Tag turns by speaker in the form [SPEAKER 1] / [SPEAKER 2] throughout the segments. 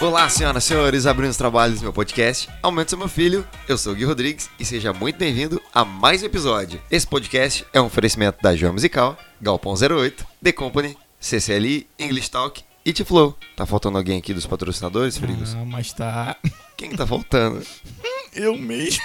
[SPEAKER 1] Olá, senhoras e senhores, abrindo os trabalhos do meu podcast Aumenta Seu Meu Filho, eu sou o Gui Rodrigues e seja muito bem-vindo a mais um episódio. Esse podcast é um oferecimento da Joia Musical, Galpão 08, The Company, CCLI, English Talk e T-Flow. Tá faltando alguém aqui dos patrocinadores, Frigos?
[SPEAKER 2] Ah, mas tá.
[SPEAKER 1] Quem que tá faltando?
[SPEAKER 2] Eu mesmo.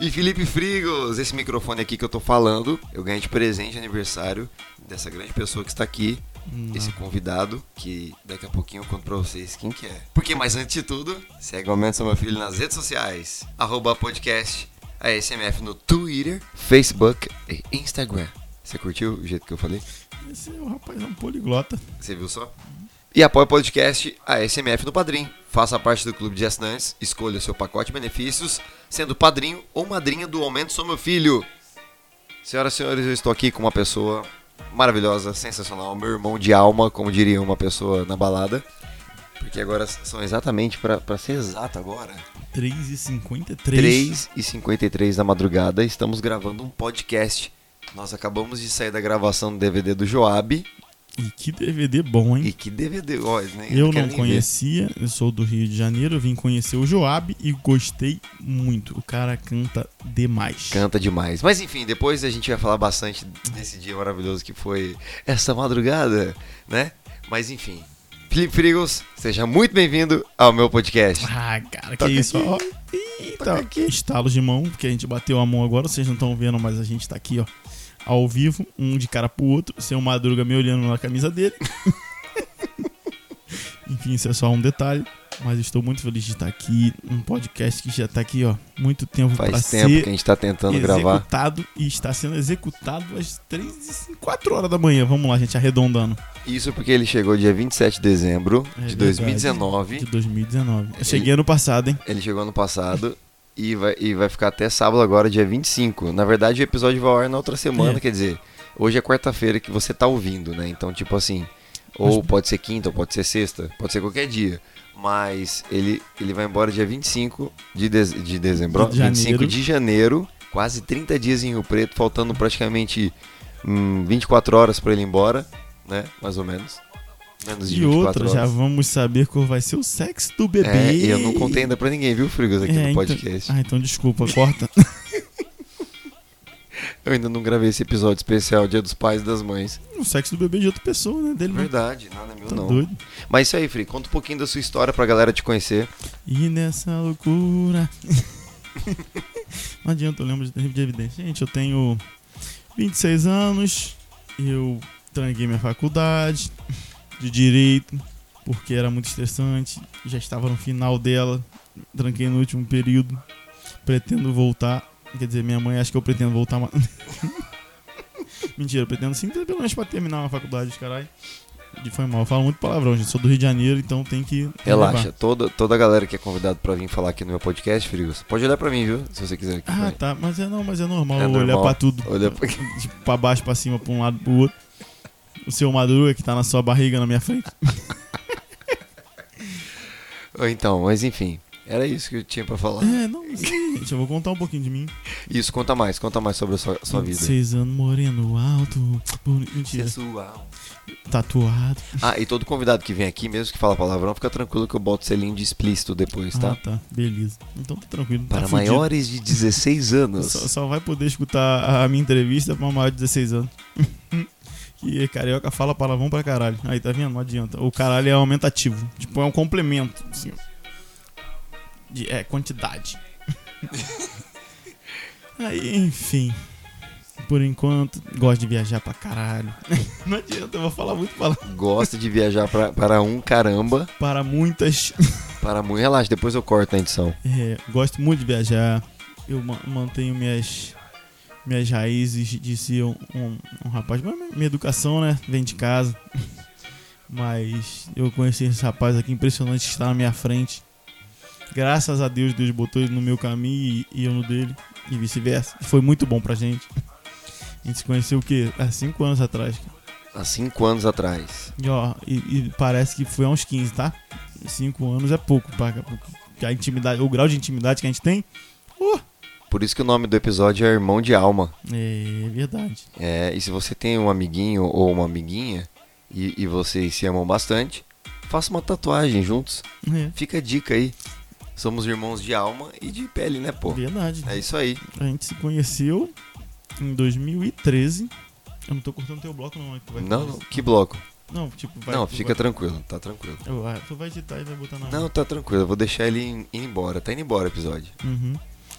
[SPEAKER 1] E Felipe Frigos, esse microfone aqui que eu tô falando, eu ganhei de presente de aniversário dessa grande pessoa que está aqui,
[SPEAKER 2] Hum.
[SPEAKER 1] esse convidado, que daqui a pouquinho eu conto pra vocês quem que é. Porque, mas antes de tudo, segue o Aumento Seu Meu Filho nas redes sociais, arroba podcast, a SMF no Twitter, Facebook e Instagram. Você curtiu o jeito que eu falei?
[SPEAKER 2] Esse é o rapaz é um poliglota.
[SPEAKER 1] Você viu só? E apoie o podcast ASMF no Padrim. Faça parte do clube de assinantes, escolha o seu pacote de benefícios, sendo padrinho ou madrinha do Aumento Sou Meu Filho. Senhoras e senhores, eu estou aqui com uma pessoa maravilhosa, sensacional, meu irmão de alma, como diria uma pessoa na balada. Porque agora são exatamente, pra pra ser exato agora,
[SPEAKER 2] 3,53.
[SPEAKER 1] 3 e 53 da madrugada, estamos gravando um podcast. Nós acabamos de sair da gravação do DVD do Joab.
[SPEAKER 2] E que DVD bom, hein?
[SPEAKER 1] E que DVD, ó, nem-
[SPEAKER 2] Hum? Eu
[SPEAKER 1] quero
[SPEAKER 2] não
[SPEAKER 1] nem né? ver.
[SPEAKER 2] conhecia, eu sou do Rio de Janeiro, eu vim conhecer o Joab e gostei muito. O cara canta demais.
[SPEAKER 1] Canta demais. Mas enfim, depois a gente vai falar bastante desse dia maravilhoso que foi essa madrugada, né? Mas enfim. Felipe Frigos, seja muito bem-vindo ao meu podcast.
[SPEAKER 2] Ah, cara, que
[SPEAKER 1] Toca
[SPEAKER 2] isso,
[SPEAKER 1] aqui.
[SPEAKER 2] ó.
[SPEAKER 1] Toca
[SPEAKER 2] Eita,
[SPEAKER 1] aqui.
[SPEAKER 2] estalos de mão, porque a gente bateu a mão agora, vocês não estão vendo, mas a gente tá aqui, ó. Ao vivo, um de cara pro outro, seu Madruga me olhando na camisa dele. Enfim, isso é só um detalhe. Mas estou muito feliz de estar aqui. Um podcast que já tá aqui, ó, muito tempo pra
[SPEAKER 1] Faz tempo
[SPEAKER 2] ser
[SPEAKER 1] que a gente tá tentando gravar.
[SPEAKER 2] executado e está sendo executado às 3 e 4 horas da manhã. Vamos lá, gente, arredondando.
[SPEAKER 1] Isso porque ele chegou dia 27 de dezembro
[SPEAKER 2] É
[SPEAKER 1] de
[SPEAKER 2] verdade.
[SPEAKER 1] 2019.
[SPEAKER 2] De 2019. Eu
[SPEAKER 1] Ele-
[SPEAKER 2] cheguei ano passado, hein?
[SPEAKER 1] Ele chegou ano passado e vai, e vai ficar até sábado agora, dia 25. Na verdade, o episódio vai ao ar na outra semana,
[SPEAKER 2] É.
[SPEAKER 1] quer dizer, hoje é quarta-feira que você tá ouvindo, né? Então, tipo assim, ou pode ser quinta, ou pode ser sexta, pode ser qualquer dia. Mas ele, ele vai embora dia 25 de, de, de dezembro,
[SPEAKER 2] De janeiro.
[SPEAKER 1] 25 de janeiro, quase 30 dias em Rio Preto, faltando praticamente hum, 24 horas pra ele ir embora, né? Mais ou menos. Menos de
[SPEAKER 2] E
[SPEAKER 1] 24
[SPEAKER 2] outra,
[SPEAKER 1] horas.
[SPEAKER 2] já vamos saber qual vai ser o sexo do bebê.
[SPEAKER 1] É, e eu não contei ainda pra ninguém, viu, Frigos, aqui
[SPEAKER 2] É,
[SPEAKER 1] no
[SPEAKER 2] então-
[SPEAKER 1] podcast.
[SPEAKER 2] Ah, então desculpa, corta.
[SPEAKER 1] Eu ainda não gravei esse episódio especial Dia dos Pais e das Mães.
[SPEAKER 2] o sexo do bebê é de outra pessoa, né? Dele não.
[SPEAKER 1] Verdade, nada é meu
[SPEAKER 2] Tá
[SPEAKER 1] não.
[SPEAKER 2] doido.
[SPEAKER 1] Mas isso aí, Fri, conta um pouquinho da sua história pra galera te conhecer.
[SPEAKER 2] E nessa loucura. não adianta, eu lembro de, de evidência. Gente, eu tenho 26 anos. Eu tranquei minha faculdade de direito, porque era muito estressante. Já estava no final dela. Tranquei no último período. Pretendo voltar. Quer dizer, minha mãe acha que eu pretendo voltar, mas. Mentira, eu pretendo sim, pelo menos pra terminar uma faculdade, caralho. E Foi mal, eu falo muito palavrão, gente. Sou do Rio de Janeiro, então tem que. levar.
[SPEAKER 1] Relaxa, toda, toda a galera que é convidada pra vir falar aqui no meu podcast, Frigos, pode olhar pra mim, viu? Se você quiser.
[SPEAKER 2] Ah, tá, mas é não, mas é normal
[SPEAKER 1] É
[SPEAKER 2] eu olhar
[SPEAKER 1] normal.
[SPEAKER 2] pra tudo.
[SPEAKER 1] Olha pra...
[SPEAKER 2] Tipo, pra baixo, pra cima, pra um lado, pro outro. O seu Madruga que tá na sua barriga na minha frente.
[SPEAKER 1] Ou Então, mas enfim, era isso que eu tinha pra falar.
[SPEAKER 2] É, não, mas, gente, eu vou contar um pouquinho de mim.
[SPEAKER 1] Isso, conta mais, conta mais sobre a sua, sua vida.
[SPEAKER 2] Seis anos, moreno, alto, bonito, mentira,
[SPEAKER 1] Sensual.
[SPEAKER 2] tatuado.
[SPEAKER 1] Ah, e todo convidado que vem aqui, mesmo que fala palavrão, fica tranquilo que eu boto selinho de explícito depois,
[SPEAKER 2] Ah,
[SPEAKER 1] tá?
[SPEAKER 2] tá, beleza. Então tá tranquilo, tá
[SPEAKER 1] Para
[SPEAKER 2] fudido.
[SPEAKER 1] maiores de 16 anos.
[SPEAKER 2] Só, só vai poder escutar a minha entrevista pra maior de 16 anos. que carioca fala palavrão pra caralho. Aí, tá vendo? Não adianta. O caralho é aumentativo. Tipo, é um complemento. assim. De- é, quantidade. Aí, enfim. Por enquanto, gosto de viajar pra caralho. Não adianta, eu vou falar muito pala-
[SPEAKER 1] Gosta de viajar pra, para um caramba.
[SPEAKER 2] para muitas
[SPEAKER 1] Para muito. Relaxa, depois eu corto na edição.
[SPEAKER 2] É, gosto muito de viajar. Eu ma- mantenho minhas minhas raízes de ser um, um- um rapaz. Mas minha- minha educação, né? Vem de casa. Mas eu conheci esse rapaz aqui, impressionante, está na minha frente. Graças a Deus, Deus botou ele no meu caminho e, e eu no dele. E vice-versa. Foi muito bom pra gente. A gente se conheceu o quê? Há cinco anos atrás. cara.
[SPEAKER 1] Há cinco anos atrás.
[SPEAKER 2] E, ó, e, e parece que foi há uns 15, tá? 5 anos é pouco, pra, porque a intimidade, o grau de intimidade que a gente tem. Uh,
[SPEAKER 1] Por isso que o nome do episódio é Irmão de Alma.
[SPEAKER 2] é verdade.
[SPEAKER 1] É, e se você tem um amiguinho ou uma amiguinha e, e vocês se amam bastante, faça uma tatuagem juntos.
[SPEAKER 2] É,
[SPEAKER 1] Fica a dica aí. Somos irmãos de alma e de pele, né, pô?
[SPEAKER 2] verdade.
[SPEAKER 1] É isso aí.
[SPEAKER 2] A gente se conheceu em 2013. Eu não tô cortando teu bloco, não. é que tu vai
[SPEAKER 1] Não,
[SPEAKER 2] falar
[SPEAKER 1] não,
[SPEAKER 2] isso.
[SPEAKER 1] que bloco.
[SPEAKER 2] Não, tipo, vai.
[SPEAKER 1] Não,
[SPEAKER 2] tu
[SPEAKER 1] fica
[SPEAKER 2] vai-
[SPEAKER 1] tranquilo, tá tranquilo.
[SPEAKER 2] Eu- ah, tu vai editar e vai botar na.
[SPEAKER 1] Não, tá tranquilo, eu vou deixar ele in- ir embora. Tá indo embora o episódio.
[SPEAKER 2] Uhum.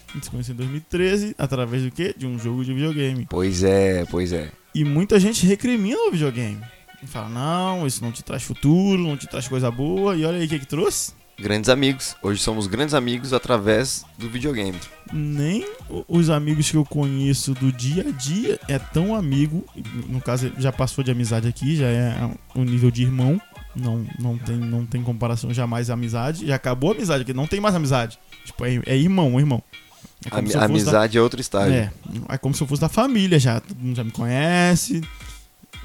[SPEAKER 2] A gente se conheceu em 2013, através do quê? De um jogo de videogame.
[SPEAKER 1] Pois é, pois é.
[SPEAKER 2] E muita gente recrimina o videogame. E Fala, não, isso não te traz futuro, não te traz coisa boa. E olha aí o que que trouxe.
[SPEAKER 1] Grandes amigos. Hoje somos grandes amigos através do videogame.
[SPEAKER 2] Nem o- os amigos que eu conheço do dia a dia é tão amigo. No caso, já passou de amizade aqui, já é um nível de irmão. Não, não, tem, não tem comparação jamais à amizade. Já acabou a amizade, porque não tem mais amizade. Tipo, é, é irmão, é irmão. É
[SPEAKER 1] A,
[SPEAKER 2] como
[SPEAKER 1] mi-
[SPEAKER 2] se
[SPEAKER 1] a
[SPEAKER 2] eu fosse da-
[SPEAKER 1] amizade é outro estágio.
[SPEAKER 2] É, é como se eu fosse da família já. Todo mundo já me conhece.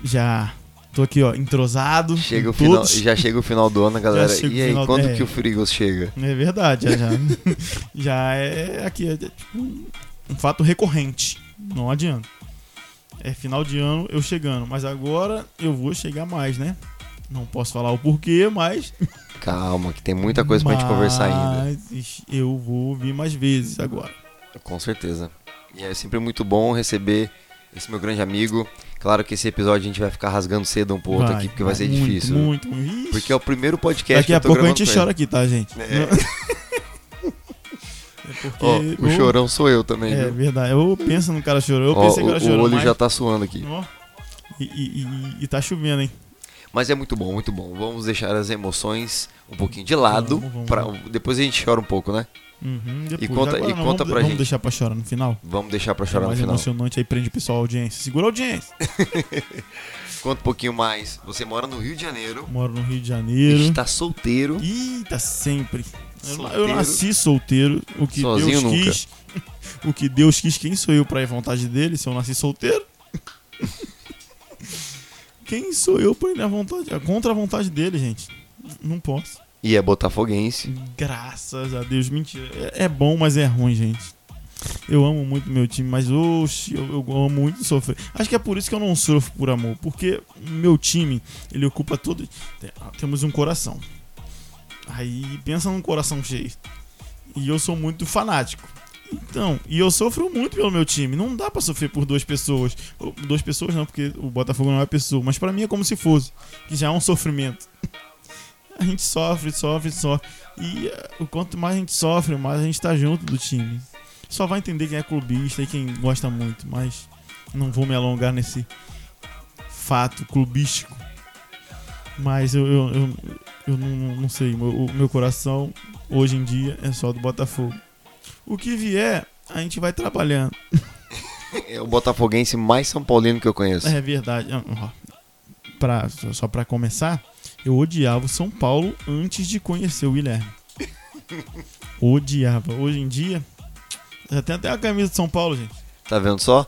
[SPEAKER 2] Já tô aqui, ó, entrosado.
[SPEAKER 1] Chega o
[SPEAKER 2] com
[SPEAKER 1] final,
[SPEAKER 2] todos.
[SPEAKER 1] já chega o final do ano, galera.
[SPEAKER 2] chega o
[SPEAKER 1] E aí,
[SPEAKER 2] final-
[SPEAKER 1] quando
[SPEAKER 2] é.
[SPEAKER 1] que o Frigos chega?
[SPEAKER 2] É verdade, já. Já, já é aqui, é tipo um, um fato recorrente. Não adianta. É final de ano eu chegando, mas agora eu vou chegar mais, né? Não posso falar o porquê, mas.
[SPEAKER 1] Calma, que tem muita É coisa pra gente conversar ainda.
[SPEAKER 2] Mas eu vou vir mais vezes agora.
[SPEAKER 1] Com certeza. E é sempre muito bom receber esse meu grande amigo. Claro que esse episódio a gente vai ficar rasgando cedo um pro outro aqui, porque vai, ser
[SPEAKER 2] muito,
[SPEAKER 1] difícil.
[SPEAKER 2] Muito, muito.
[SPEAKER 1] Porque é o primeiro podcast
[SPEAKER 2] Daqui
[SPEAKER 1] que
[SPEAKER 2] a
[SPEAKER 1] eu tô
[SPEAKER 2] pouco a
[SPEAKER 1] gravando
[SPEAKER 2] gente
[SPEAKER 1] com
[SPEAKER 2] chora aqui, tá, gente?
[SPEAKER 1] É.
[SPEAKER 2] É porque.
[SPEAKER 1] ele. Ó, o
[SPEAKER 2] Ô,
[SPEAKER 1] chorão sou eu também,
[SPEAKER 2] É
[SPEAKER 1] viu?
[SPEAKER 2] verdade. Eu penso no cara chorou, eu
[SPEAKER 1] Ó,
[SPEAKER 2] pensei que o cara
[SPEAKER 1] o, o
[SPEAKER 2] chorou.
[SPEAKER 1] olho
[SPEAKER 2] mas...
[SPEAKER 1] já tá suando aqui.
[SPEAKER 2] Ó, E, e- e- e tá chovendo, hein?
[SPEAKER 1] Mas é muito bom, muito bom. Vamos deixar as emoções um pouquinho de lado.
[SPEAKER 2] Vamos, vamos,
[SPEAKER 1] pra- Depois a gente chora um pouco, né?
[SPEAKER 2] Uhum, depois,
[SPEAKER 1] conta-
[SPEAKER 2] agora
[SPEAKER 1] e conta
[SPEAKER 2] não, vamos,
[SPEAKER 1] pra
[SPEAKER 2] vamos
[SPEAKER 1] gente.
[SPEAKER 2] deixar pra chorar no final?
[SPEAKER 1] Vamos deixar pra chorar
[SPEAKER 2] é
[SPEAKER 1] no
[SPEAKER 2] mais
[SPEAKER 1] final.
[SPEAKER 2] emocionante aí, prende o pessoal a audiência. Segura a audiência.
[SPEAKER 1] Conta um pouquinho mais. Você mora no Rio de Janeiro,
[SPEAKER 2] Moro no Rio de Janeiro.
[SPEAKER 1] está solteiro.
[SPEAKER 2] Eita, sempre. Eu- Eu
[SPEAKER 1] Solteiro.
[SPEAKER 2] nasci solteiro. O que
[SPEAKER 1] Sozinho
[SPEAKER 2] Deus
[SPEAKER 1] nunca.
[SPEAKER 2] quis. O que Deus quis, quem sou eu pra ir à vontade dele se eu nasci solteiro? Quem sou eu pra ir à vontade? Contra a vontade dele, gente. Não posso.
[SPEAKER 1] E é botafoguense.
[SPEAKER 2] Graças a Deus, mentira. É, é bom, mas é ruim, gente. Eu amo muito meu time, mas oxe, eu, eu amo muito sofrer. Acho que é por isso que eu não sofro por amor, porque meu time, ele ocupa todo. Tem- ah, Temos um coração. Aí pensa num coração cheio. E eu sou muito fanático. Então, e eu sofro muito pelo meu time. Não dá pra sofrer por duas pessoas. Ou, Duas pessoas não, porque o Botafogo não é pessoa, mas pra mim é como se fosse, que já é um sofrimento. A gente sofre, sofre, sofre. E eh, o quanto mais a gente sofre, mais a gente tá junto do time. Só vai entender quem é clubista e quem gosta muito, mas não vou me alongar nesse fato clubístico. Mas eu, eu, eu, eu não, não sei, o meu, o meu coração hoje em dia é só do Botafogo. O que vier, a gente vai trabalhando.
[SPEAKER 1] É o botafoguense mais São Paulino que eu conheço.
[SPEAKER 2] É verdade. Ah, ó. Pra, só- só pra começar, eu odiava o São Paulo antes de conhecer o Guilherme. odiava. Hoje em dia, já tem até a camisa de São Paulo, gente.
[SPEAKER 1] Tá vendo só?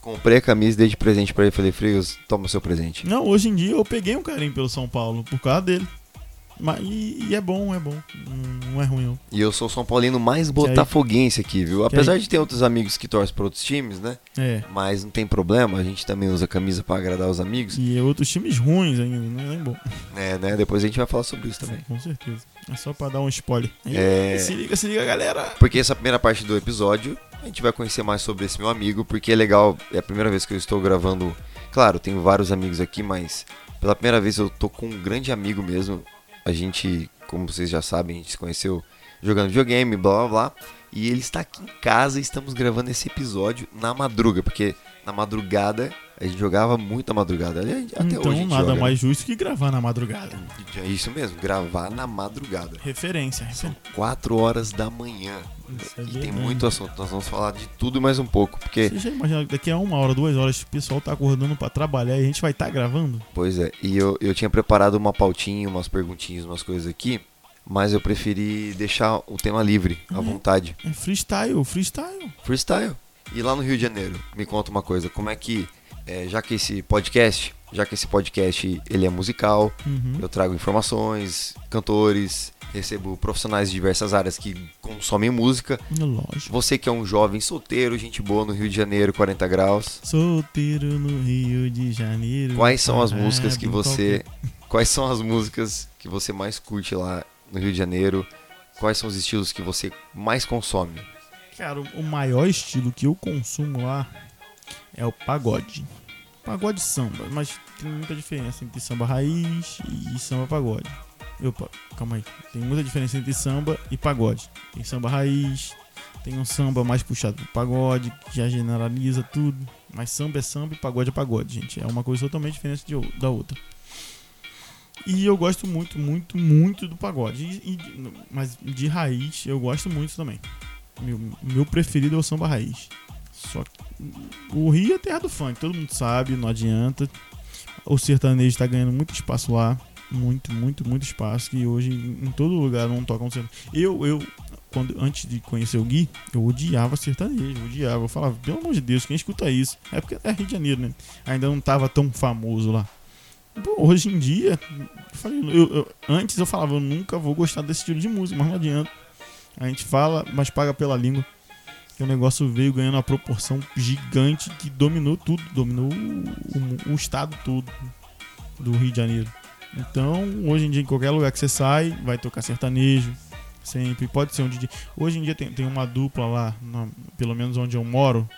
[SPEAKER 1] Comprei a camisa, dei de presente pra ele. Falei, Frigos, toma seu presente.
[SPEAKER 2] Não, hoje em dia eu peguei um carinho pelo São Paulo por causa dele. Mas, e, e é bom, é bom. Não, não é ruim, não.
[SPEAKER 1] E eu sou o São Paulino mais
[SPEAKER 2] aí-
[SPEAKER 1] botafoguense aqui, viu?
[SPEAKER 2] aí-
[SPEAKER 1] Apesar de ter outros amigos que torcem pra outros times, né?
[SPEAKER 2] É.
[SPEAKER 1] Mas não tem problema, a gente também usa camisa pra agradar os amigos.
[SPEAKER 2] E é outros times ruins ainda, não é nem bom.
[SPEAKER 1] É, né? Depois a gente vai falar sobre isso também.
[SPEAKER 2] Com certeza. É só pra dar um spoiler.
[SPEAKER 1] É.
[SPEAKER 2] Se liga, se liga, galera.
[SPEAKER 1] Porque essa primeira parte do episódio, a gente vai conhecer mais sobre esse meu amigo, porque é legal, é a primeira vez que eu estou gravando. Claro, tenho vários amigos aqui, mas pela primeira vez eu tô com um grande amigo mesmo. A gente, como vocês já sabem, a gente se conheceu jogando videogame, blá blá blá. E ele está aqui em casa e estamos gravando esse episódio na madruga, porque na madrugada a gente jogava muito na madrugada. Aliás, Até
[SPEAKER 2] então,
[SPEAKER 1] hoje a gente
[SPEAKER 2] nada
[SPEAKER 1] joga,
[SPEAKER 2] mais justo que gravar na madrugada.
[SPEAKER 1] né? É isso mesmo, gravar na madrugada.
[SPEAKER 2] Referência, referência.
[SPEAKER 1] 4 horas da manhã.
[SPEAKER 2] Isso é
[SPEAKER 1] E tem
[SPEAKER 2] verdade.
[SPEAKER 1] muito assunto, nós vamos falar de tudo e mais um pouco, porque,
[SPEAKER 2] Você já imagina que daqui a uma hora, duas horas, o pessoal tá acordando pra trabalhar e a gente vai estar gravando?
[SPEAKER 1] pois é, e eu, eu tinha preparado uma pautinha, umas perguntinhas, umas coisas aqui, mas eu preferi deixar o tema livre, à
[SPEAKER 2] Uhum.
[SPEAKER 1] vontade.
[SPEAKER 2] É freestyle, freestyle.
[SPEAKER 1] Freestyle. E lá no Rio de Janeiro, me conta uma coisa, como é que, é, já que esse podcast, já que esse podcast, ele é musical,
[SPEAKER 2] Uhum.
[SPEAKER 1] eu trago informações, cantores, recebo profissionais de diversas áreas que consomem música,
[SPEAKER 2] Lógico.
[SPEAKER 1] você que é um jovem solteiro, gente boa no Rio de Janeiro, 40 graus,
[SPEAKER 2] Solteiro no Rio de Janeiro. É,
[SPEAKER 1] Quais são as
[SPEAKER 2] parado
[SPEAKER 1] músicas que
[SPEAKER 2] em
[SPEAKER 1] você Quais são as músicas que você mais curte lá no Rio de Janeiro? Quais são os estilos que você mais consome?
[SPEAKER 2] Cara, o maior estilo que eu consumo lá é o pagode. Pagode samba, mas tem muita diferença entre samba raiz e samba pagode. Opa, calma aí. Tem muita diferença entre samba e pagode. Tem samba raiz, tem um samba mais puxado pro pagode, que já generaliza tudo. Mas samba é samba e pagode é pagode, gente. É uma coisa totalmente diferente de ou- da outra. E eu gosto muito, muito, muito do pagode. E- e de- mas de raiz eu gosto muito também. Meu, meu preferido é o samba raiz. Só que o Rio é terra do funk, todo mundo sabe, não adianta. O sertanejo tá ganhando muito espaço lá. Muito, muito, muito espaço. Que hoje em todo lugar não toca um sertanejo. Eu, eu, quando, antes de conhecer o Gui, eu odiava sertanejo, odiava. Eu falava, pelo amor de Deus, quem escuta isso? É porque é Rio de Janeiro, né? Ainda não tava tão famoso lá. Pô, hoje em dia, eu falei, eu- eu- antes eu falava, eu nunca vou gostar desse estilo de música, mas não adianta. A gente fala, mas paga pela língua. Que o negócio veio ganhando uma proporção gigante que dominou tudo, dominou o, o mu- o estado todo do Rio de Janeiro. Então, hoje em dia, em qualquer lugar que você sai, vai tocar sertanejo, sempre. Pode ser um DJ. Hoje em dia tem, tem uma dupla lá, na- pelo menos onde eu moro,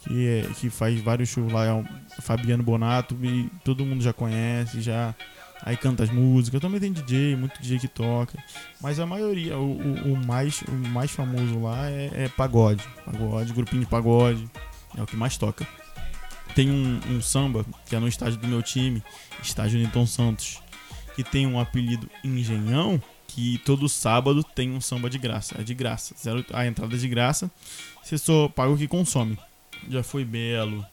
[SPEAKER 2] que, é, que faz vários shows lá, é o Fabiano Bonato, e todo mundo já conhece, já. Aí canta as músicas. Também tem DJ, muito DJ que toca. Mas a maioria, o, o- o mais, o mais famoso lá é, é pagode. Pagode, grupinho de pagode. É o que mais toca. Tem um, um samba, que é no estádio do meu time, estádio Newton Santos, que tem um apelido Engenhão, que todo sábado tem um samba de graça. É de graça. Zero, a entrada é de graça. Você só paga o que consome. Já foi Belo,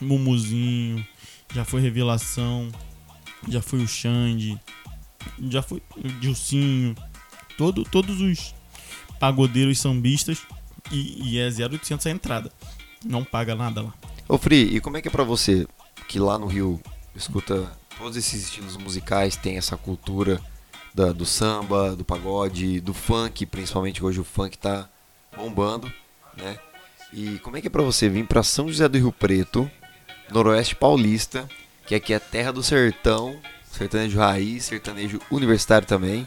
[SPEAKER 2] Mumuzinho, já foi Revelação, já foi o Xande, já foi o Dilcinho. Todo, todos os pagodeiros sambistas. E, e é 0,800 a entrada. Não paga nada lá.
[SPEAKER 1] Ô Fri, e como é que é pra você que lá no Rio escuta todos esses estilos musicais, tem essa cultura da- do samba, do pagode, do funk, principalmente hoje o funk tá bombando, né? E como é que é pra você vir pra São José do Rio Preto, Noroeste Paulista, que aqui é a terra do sertão, sertanejo raiz, sertanejo universitário também.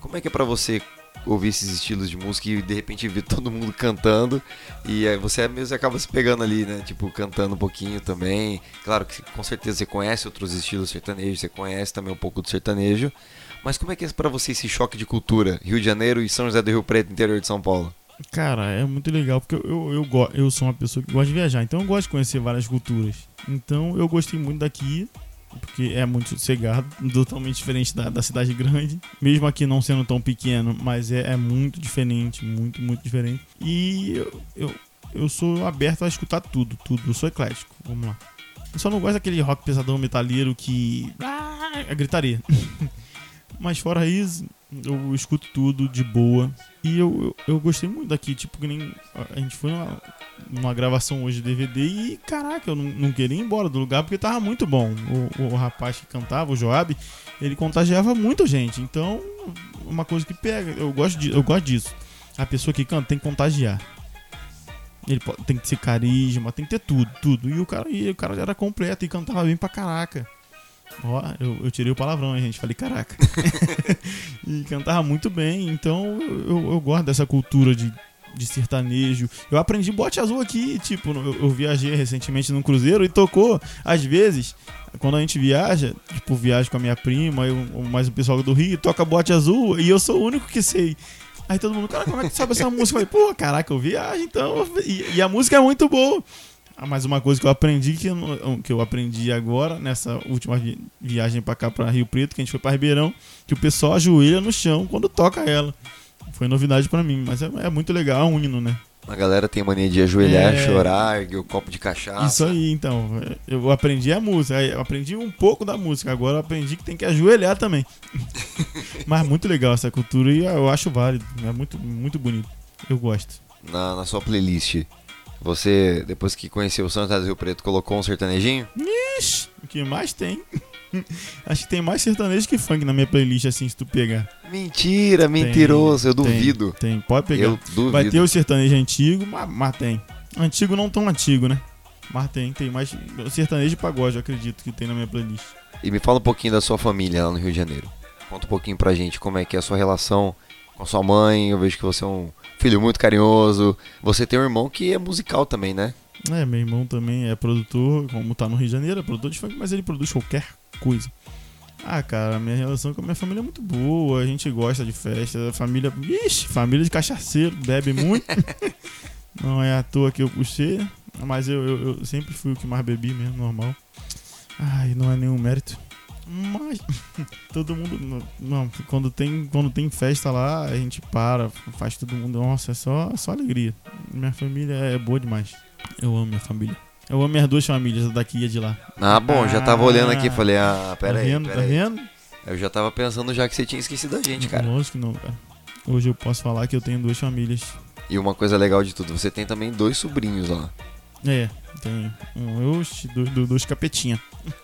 [SPEAKER 1] Como é que é pra você ouvir esses estilos de música e de repente ver todo mundo cantando e aí você é mesmo acaba se pegando ali, né? Tipo, cantando um pouquinho também. Claro que com certeza você conhece outros estilos sertanejos, você conhece também um pouco do sertanejo. Mas como é que é pra você esse choque de cultura? Rio de Janeiro e São José do Rio Preto, interior de São Paulo.
[SPEAKER 2] Cara, é muito legal, porque eu, eu, eu, go- eu sou uma pessoa que gosta de viajar, então eu gosto de conhecer várias culturas. Então eu gostei muito daqui, porque é muito sossegado, totalmente diferente da, da cidade grande. Mesmo aqui não sendo tão pequeno, mas é, é muito diferente, muito, muito diferente. E eu, eu, eu sou aberto a escutar tudo, tudo. Eu sou eclético, vamos lá. Eu só não gosto daquele rock pesadão metalheiro que. Ah, é gritaria. mas fora isso, eu escuto tudo de boa. E eu, eu, eu gostei muito daqui, tipo, que nem. a- A gente foi numa, numa gravação hoje de DVD e, caraca, eu não, não queria ir embora do lugar porque tava muito bom. O, o rapaz que cantava, o Joab, ele contagiava muito gente. Então, uma coisa que pega, eu gosto, de, eu gosto disso. A pessoa que canta tem que contagiar. Ele po- tem que ser carisma, tem que ter tudo, tudo. E o cara, e o cara era completo e cantava bem pra caraca. Ó, eu, eu tirei o palavrão, hein, gente. Falei, caraca. e cantava muito bem. Então eu, eu gosto dessa cultura de, de sertanejo. Eu aprendi bote azul aqui, tipo, eu, eu viajei recentemente num cruzeiro e tocou, às vezes. Quando a gente viaja, tipo, viajo com a minha prima, eu, mais o pessoal do Rio, toca bote azul e eu sou o único que sei. Aí todo mundo, cara, como é que tu sabe essa música? Eu falei, pô, caraca, eu viajo então. E, e a música é muito boa. Ah, Mas uma coisa que eu aprendi, que eu, não- que eu aprendi agora, nessa última vi- viagem pra cá, pra Rio Preto, que a gente foi pra Ribeirão, que o pessoal ajoelha no chão quando toca ela. Foi novidade pra mim, mas é, é muito legal, é um hino, né?
[SPEAKER 1] A galera tem mania de ajoelhar,
[SPEAKER 2] É.
[SPEAKER 1] chorar, erguer o copo de cachaça.
[SPEAKER 2] Isso aí, então. é, Eu aprendi a música, aí eu aprendi um pouco da música, agora eu aprendi que tem que ajoelhar também. mas muito legal essa cultura e eu acho válido, é muito, muito bonito. Eu gosto.
[SPEAKER 1] Na, na sua playlist. Você, depois que conheceu o São José do Rio Preto, colocou um sertanejinho?
[SPEAKER 2] Ixi, o que mais tem? Acho que tem mais sertanejo que funk na minha playlist, assim, se tu pegar.
[SPEAKER 1] Mentira,
[SPEAKER 2] Tem,
[SPEAKER 1] mentiroso, eu
[SPEAKER 2] tem,
[SPEAKER 1] duvido.
[SPEAKER 2] Tem, pode pegar.
[SPEAKER 1] Eu duvido.
[SPEAKER 2] Vai ter o sertanejo antigo, ma- mas, tem. Antigo não tão antigo, né? Mas tem, tem mais sertanejo e pagode, eu acredito que tem na minha playlist.
[SPEAKER 1] E me fala um pouquinho da sua família lá no Rio de Janeiro. Conta um pouquinho pra gente como é que é a sua relação com a sua mãe. Eu vejo que você é um filho muito carinhoso. Você tem um irmão que é musical também, né?
[SPEAKER 2] É, meu irmão também é produtor, como tá no Rio de Janeiro, é produtor de funk, mas ele produz qualquer coisa. Ah, cara, minha relação com a minha família é muito boa, a gente gosta de festa, a família. Ixi, família de cachaceiro, bebe muito. Não é à toa que eu puxei, mas eu, eu, eu sempre fui o que mais bebi mesmo, normal. Ai, não é nenhum mérito. Mas todo mundo. Não, quando tem, quando tem festa lá, a gente para, faz todo mundo. Nossa, é só, só alegria. Minha família é boa demais. Eu amo minha família. Eu amo minhas duas famílias, a daqui e a de lá.
[SPEAKER 1] Ah, bom, já tava
[SPEAKER 2] Ah,
[SPEAKER 1] olhando aqui, falei, ah, pera
[SPEAKER 2] tá
[SPEAKER 1] aí,
[SPEAKER 2] vendo?
[SPEAKER 1] pera
[SPEAKER 2] tá
[SPEAKER 1] aí.
[SPEAKER 2] vendo?
[SPEAKER 1] Eu já tava pensando já que você tinha esquecido a gente, cara.
[SPEAKER 2] Lógico que não, cara. Hoje eu posso falar que eu tenho duas famílias.
[SPEAKER 1] E uma coisa legal de tudo, você tem também dois sobrinhos lá.
[SPEAKER 2] É, tem um, oxe, dois, dois, dois capetinha.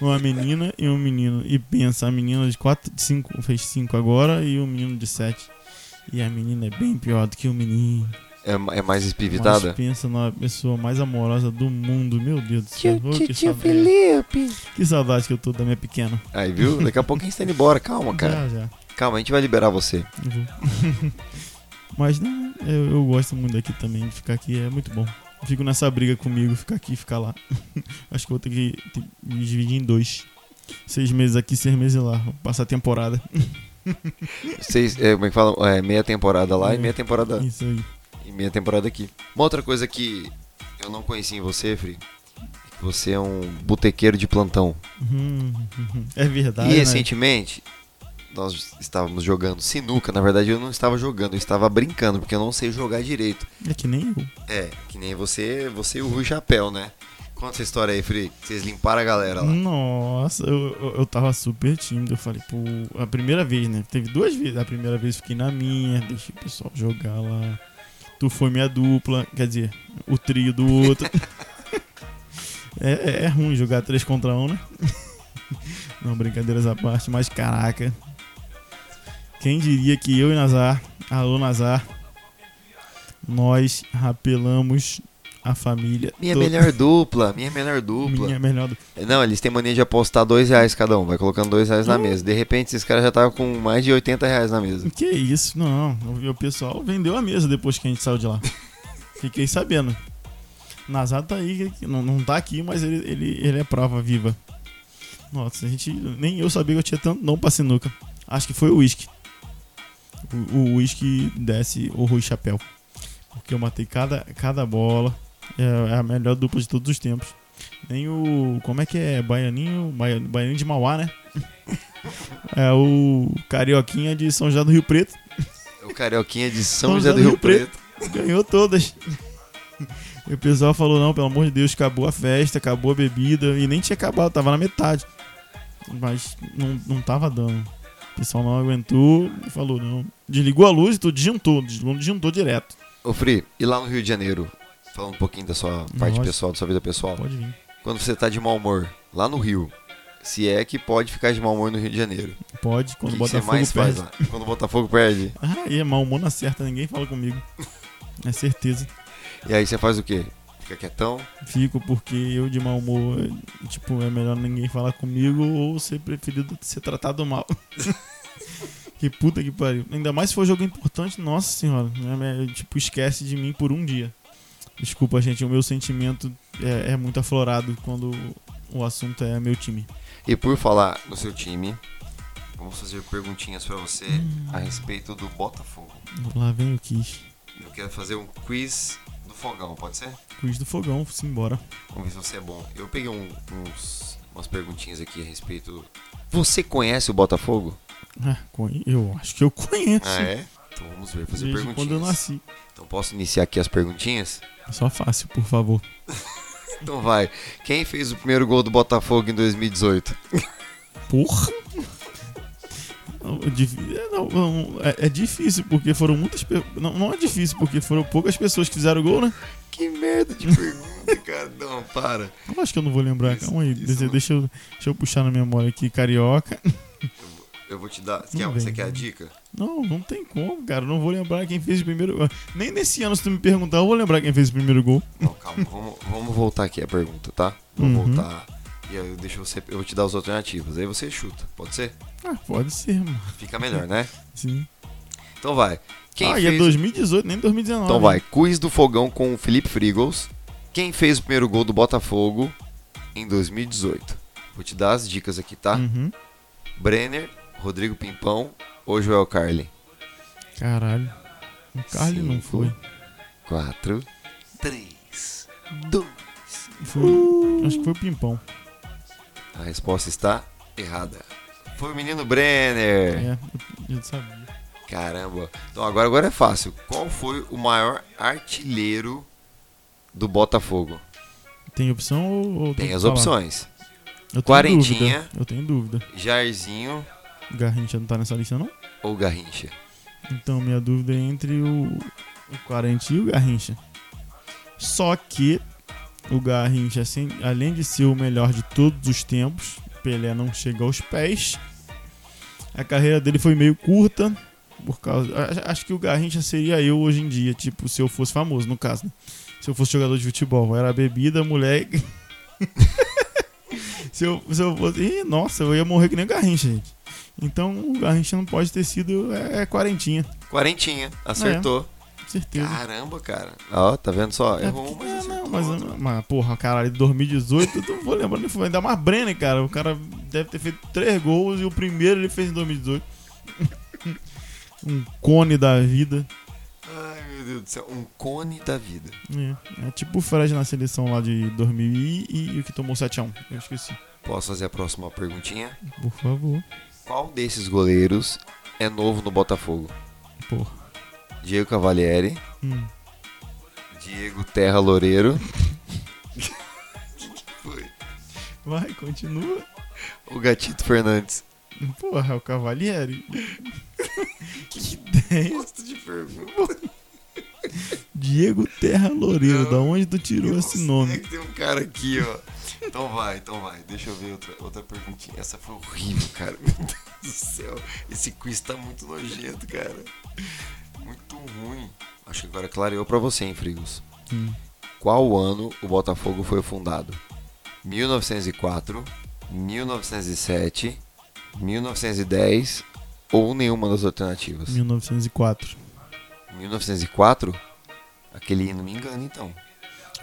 [SPEAKER 2] Uma menina e um menino. E pensa, a menina de 4, 5, fez 5 agora e o menino de 7. E a menina é bem pior do que o menino.
[SPEAKER 1] É, ma- é mais
[SPEAKER 2] Mas
[SPEAKER 1] espivitada?
[SPEAKER 2] pensa na pessoa mais amorosa do mundo, meu Deus do céu. Ô, que, saudade.
[SPEAKER 1] Felipe.
[SPEAKER 2] que saudade que eu tô da minha pequena.
[SPEAKER 1] Aí, viu? Daqui a pouco a gente tá indo embora, calma, cara.
[SPEAKER 2] Já, já.
[SPEAKER 1] Calma, a gente vai liberar você.
[SPEAKER 2] Eu vou. Uhum. Mas não, eu, eu gosto muito daqui também, de ficar aqui, é muito bom. Eu Fico nessa briga comigo, ficar aqui e ficar lá. Acho que eu vou ter que ter- me dividir em dois. Seis meses aqui, seis meses lá. Vou passar a temporada.
[SPEAKER 1] Vocês, é, como é que falam? É, meia temporada lá e meia temporada
[SPEAKER 2] Isso aí.
[SPEAKER 1] e meia temporada aqui. Uma outra coisa que eu não conheci em você, Fri, é que você é um botequeiro de plantão.
[SPEAKER 2] Uhum, uhum. É verdade.
[SPEAKER 1] e assim,
[SPEAKER 2] né?
[SPEAKER 1] recentemente nós estávamos jogando sinuca. Na verdade, eu não estava jogando, eu estava brincando, porque eu não sei jogar direito.
[SPEAKER 2] É que nem eu.
[SPEAKER 1] É, que nem você, você e o Rui Chapéu, né? Conta essa história aí, Fri. Vocês limparam a galera lá.
[SPEAKER 2] Nossa, eu, eu, eu tava super tímido. Eu falei, pô, a primeira vez, né? Teve duas vezes. A primeira vez eu fiquei na minha, deixei o pessoal jogar lá. Tu foi minha dupla, quer dizer, o trio do outro. é, é- é ruim jogar três contra um, né? Não, brincadeiras à parte, mas caraca. Quem diria que eu e Nazar, alô Nazar, nós rapelamos a família.
[SPEAKER 1] Minha
[SPEAKER 2] toda.
[SPEAKER 1] melhor dupla, minha melhor dupla.
[SPEAKER 2] Minha melhor dupla.
[SPEAKER 1] Não, eles têm mania de apostar dois reais cada um, vai colocando dois reais na mesa. De repente, esses caras já estavam com mais de 80 reais na mesa.
[SPEAKER 2] Que isso, não. O o pessoal vendeu a mesa depois que a gente saiu de lá. Fiquei sabendo. Nazar tá aí, que não, não tá aqui, mas ele, ele, ele é prova viva. Nossa, a gente. Nem eu sabia que eu tinha tanto não pra sinuca. Acho que foi o uísque. O- O uísque desce o Rui Chapéu. Porque eu matei cada, cada bola. É a melhor dupla de todos os tempos. Nem o. Como é que é? Baianinho. Baia- Baianinho de Mauá, né? É o Carioquinha de São José do Rio Preto.
[SPEAKER 1] O Carioquinha de São José do Rio Preto.
[SPEAKER 2] Ganhou todas. E o pessoal falou: não, pelo amor de Deus, acabou a festa, acabou a bebida. E nem tinha acabado, tava na metade. Mas não, não tava dando. O pessoal não aguentou e falou: não. Desligou a luz e tudo disjuntou. Desligou, disjuntou direto.
[SPEAKER 1] Ô, Fri, e lá no Rio de Janeiro, falando um pouquinho da sua parte
[SPEAKER 2] Nossa.
[SPEAKER 1] pessoal, da sua vida pessoal.
[SPEAKER 2] Pode vir.
[SPEAKER 1] Quando você tá de mau humor, lá no Rio, se é que pode ficar de mau humor no Rio de Janeiro.
[SPEAKER 2] Pode, quando
[SPEAKER 1] o que, que você
[SPEAKER 2] Botafogo
[SPEAKER 1] mais
[SPEAKER 2] perde.
[SPEAKER 1] faz lá? Quando o Botafogo perde.
[SPEAKER 2] Ah, e é mau humor na certa, ninguém fala comigo. É certeza.
[SPEAKER 1] E aí você faz o quê? Fica quietão?
[SPEAKER 2] Fico porque eu de mau humor, tipo, é melhor ninguém falar comigo ou ser preferido ser tratado mal. que puta que pariu. Ainda mais se for jogo importante, nossa senhora. né, é, Tipo, esquece de mim por um dia. Desculpa, gente, o meu sentimento é, é muito aflorado quando o assunto é meu time.
[SPEAKER 1] E por falar no seu time, vamos fazer perguntinhas pra você a respeito do Botafogo.
[SPEAKER 2] Lá vem o Kiss.
[SPEAKER 1] Eu quero fazer um quiz do fogão, pode ser?
[SPEAKER 2] Quiz do fogão, simbora.
[SPEAKER 1] Vamos ver se você é bom. Eu peguei um- uns, umas perguntinhas aqui a respeito. Você conhece o Botafogo?
[SPEAKER 2] Ah, conhe- eu acho que eu conheço.
[SPEAKER 1] Ah, é? Então vamos ver, fazer
[SPEAKER 2] Desde quando eu
[SPEAKER 1] perguntinhas.
[SPEAKER 2] nasci.
[SPEAKER 1] Então posso iniciar aqui as perguntinhas?
[SPEAKER 2] Só fácil, por favor.
[SPEAKER 1] Então vai. Quem fez o primeiro gol do Botafogo em 2018?
[SPEAKER 2] Porra! Não, é difí- é, não, não, é- é difícil, porque foram muitas. pe- Não, não é difícil, porque foram poucas pessoas que fizeram gol, né?
[SPEAKER 1] Que merda de pergunta, cara. Não, para.
[SPEAKER 2] Eu acho que eu não vou lembrar.
[SPEAKER 1] Isso-
[SPEAKER 2] Calma aí,
[SPEAKER 1] isso
[SPEAKER 2] deixa,
[SPEAKER 1] não.
[SPEAKER 2] deixa eu, deixa eu puxar na memória aqui. Carioca.
[SPEAKER 1] Eu vou te dar. Você quer,
[SPEAKER 2] Não vem,
[SPEAKER 1] você quer a
[SPEAKER 2] não.
[SPEAKER 1] dica?
[SPEAKER 2] Não, não tem como, cara. Não vou lembrar quem fez o primeiro gol. Nem nesse ano, se tu me perguntar, eu vou lembrar quem fez o primeiro gol.
[SPEAKER 1] Não, calma, vamos, vamos voltar aqui a pergunta, tá? Vamos
[SPEAKER 2] Uhum.
[SPEAKER 1] voltar. E aí eu deixo você. Eu vou te dar as alternativas. Aí você chuta, pode ser?
[SPEAKER 2] Ah, pode ser, mano.
[SPEAKER 1] Fica melhor, né?
[SPEAKER 2] Sim.
[SPEAKER 1] Então vai. Quem
[SPEAKER 2] ah, e
[SPEAKER 1] fez...
[SPEAKER 2] é 2018, nem 2019.
[SPEAKER 1] Então vai, quiz do fogão com o Felipe Frigos. Quem fez o primeiro gol do Botafogo em 2018? Vou te dar as dicas aqui, tá?
[SPEAKER 2] Uhum.
[SPEAKER 1] Brenner, Rodrigo Pimpão ou Joel Carli?
[SPEAKER 2] Caralho. O Carly não
[SPEAKER 1] Cinco.
[SPEAKER 2] foi.
[SPEAKER 1] 4, 3, 2.
[SPEAKER 2] Foi- Acho que foi o Pimpão.
[SPEAKER 1] A resposta está errada. Foi o menino Brenner.
[SPEAKER 2] É, eu eu sabia.
[SPEAKER 1] Caramba. Então agora, agora é fácil. Qual foi o maior artilheiro do Botafogo?
[SPEAKER 2] Tem opção ou. ou
[SPEAKER 1] Tem
[SPEAKER 2] que
[SPEAKER 1] as
[SPEAKER 2] falar?
[SPEAKER 1] opções.
[SPEAKER 2] Eu tenho
[SPEAKER 1] Quarentinha.
[SPEAKER 2] dúvida. Eu tenho dúvida.
[SPEAKER 1] Jairzinho
[SPEAKER 2] O Garrincha não tá nessa lista, não?
[SPEAKER 1] ou Garrincha?
[SPEAKER 2] Então, minha dúvida é entre o, o Quarenta e o Garrincha. Só que o Garrincha, assim, além de ser o melhor de todos os tempos, Pelé não chega aos pés. A carreira dele foi meio curta. Por causa. a- Acho que o Garrincha seria eu hoje em dia, tipo, se eu fosse famoso, no caso. né? Se eu fosse jogador de futebol. Era bebida, moleque. se, eu, se eu fosse. Ih, nossa, eu ia morrer que nem o Garrincha, gente. Então o Garrincha não pode ter sido. É, é quarentinha,
[SPEAKER 1] Quarentinha,
[SPEAKER 2] É.
[SPEAKER 1] acertou.
[SPEAKER 2] com certeza.
[SPEAKER 1] Caramba, cara. Ó, tá vendo só?
[SPEAKER 2] É,
[SPEAKER 1] Errou
[SPEAKER 2] porque-
[SPEAKER 1] uma, mas
[SPEAKER 2] é, não,
[SPEAKER 1] acertou
[SPEAKER 2] mas,
[SPEAKER 1] outra.
[SPEAKER 2] mas, porra, caralho, 2018, eu não vou lembrar nem foi. Ainda mais Brenner, cara. O cara deve ter feito três gols e o primeiro ele fez em 2018. um cone da vida.
[SPEAKER 1] Ai, meu Deus do céu. Um cone da vida.
[SPEAKER 2] É, é tipo o Fred na seleção lá de 2000 e, e, o que tomou 7x1. Eu esqueci.
[SPEAKER 1] Posso fazer a próxima perguntinha?
[SPEAKER 2] Por favor.
[SPEAKER 1] Qual desses goleiros é novo no Botafogo?
[SPEAKER 2] Porra.
[SPEAKER 1] Diego Cavalieri,
[SPEAKER 2] Hum.
[SPEAKER 1] Diego Terra Loureiro. Foi.
[SPEAKER 2] Vai, continua.
[SPEAKER 1] O Gatito Fernandes.
[SPEAKER 2] Porra, é o Cavalieri. que ideia.
[SPEAKER 1] Gosto de pergunta.
[SPEAKER 2] Diego Terra Loureiro,
[SPEAKER 1] Não.
[SPEAKER 2] da onde tu tirou esse nome?
[SPEAKER 1] É que tem um cara aqui, ó. Então vai, então vai. Deixa eu ver outra, outra perguntinha. Essa foi horrível, cara. Meu Deus do céu. Esse quiz tá muito nojento, cara. Muito ruim. Acho que agora clareou pra você, hein, Frigos.
[SPEAKER 2] Hum.
[SPEAKER 1] Qual ano o Botafogo foi fundado? 1904, 1907, 1910 ou nenhuma das alternativas?
[SPEAKER 2] 1904.
[SPEAKER 1] 1904? Aquele hino me engana, então.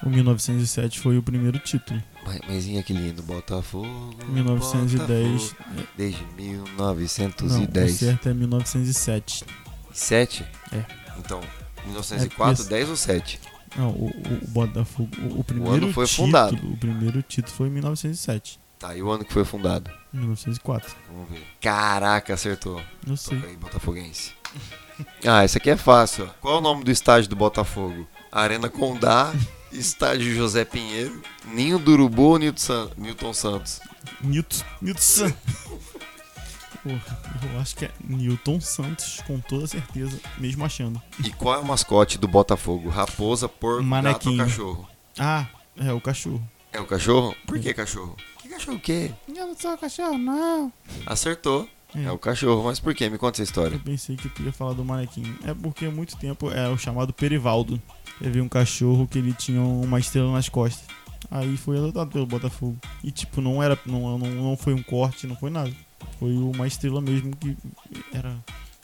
[SPEAKER 2] O 1907 foi o primeiro título.
[SPEAKER 1] Mas, mas e aquele hino Botafogo?
[SPEAKER 2] 1910.
[SPEAKER 1] Botafogo,
[SPEAKER 2] é,
[SPEAKER 1] desde
[SPEAKER 2] Não, o
[SPEAKER 1] 1910.
[SPEAKER 2] certo é 1907.
[SPEAKER 1] 7?
[SPEAKER 2] É.
[SPEAKER 1] Então,
[SPEAKER 2] É
[SPEAKER 1] 1904,
[SPEAKER 2] porque-
[SPEAKER 1] 10 ou 7?
[SPEAKER 2] Não, o, o- o Botafogo. O, o primeiro
[SPEAKER 1] ano foi
[SPEAKER 2] título,
[SPEAKER 1] fundado.
[SPEAKER 2] O primeiro título foi em 1907.
[SPEAKER 1] Tá, e o ano que foi fundado?
[SPEAKER 2] 1904.
[SPEAKER 1] Vamos ver. Caraca, acertou.
[SPEAKER 2] Eu sei.
[SPEAKER 1] Toca aí, botafoguense. Ah, essa aqui é fácil. ó. Qual é o nome do estádio do Botafogo? Arena Condá, estádio José Pinheiro, Ninho do Urubu ou Nilton, San- Newton Santos?
[SPEAKER 2] Newton. Newton Santos. Porra, eu acho que é Newton Santos, com toda certeza, mesmo achando.
[SPEAKER 1] E qual é o mascote do Botafogo? Raposa, porco, gato ou
[SPEAKER 2] Manequinho.
[SPEAKER 1] cachorro?
[SPEAKER 2] Ah, é o cachorro.
[SPEAKER 1] É o cachorro? Por
[SPEAKER 2] Hum.
[SPEAKER 1] que cachorro? Que cachorro o quê?
[SPEAKER 2] Eu não sou o cachorro, não.
[SPEAKER 1] Acertou.
[SPEAKER 2] É.
[SPEAKER 1] É o cachorro, mas por quê? Me conta essa história.
[SPEAKER 2] Eu pensei que tu ia falar do manequim. É porque há muito tempo era o chamado Perivaldo. Teve um cachorro que ele tinha uma estrela nas costas. Aí foi adotado pelo Botafogo. E tipo, não era. Não, não, não foi um corte, não foi nada. Foi uma estrela mesmo que era.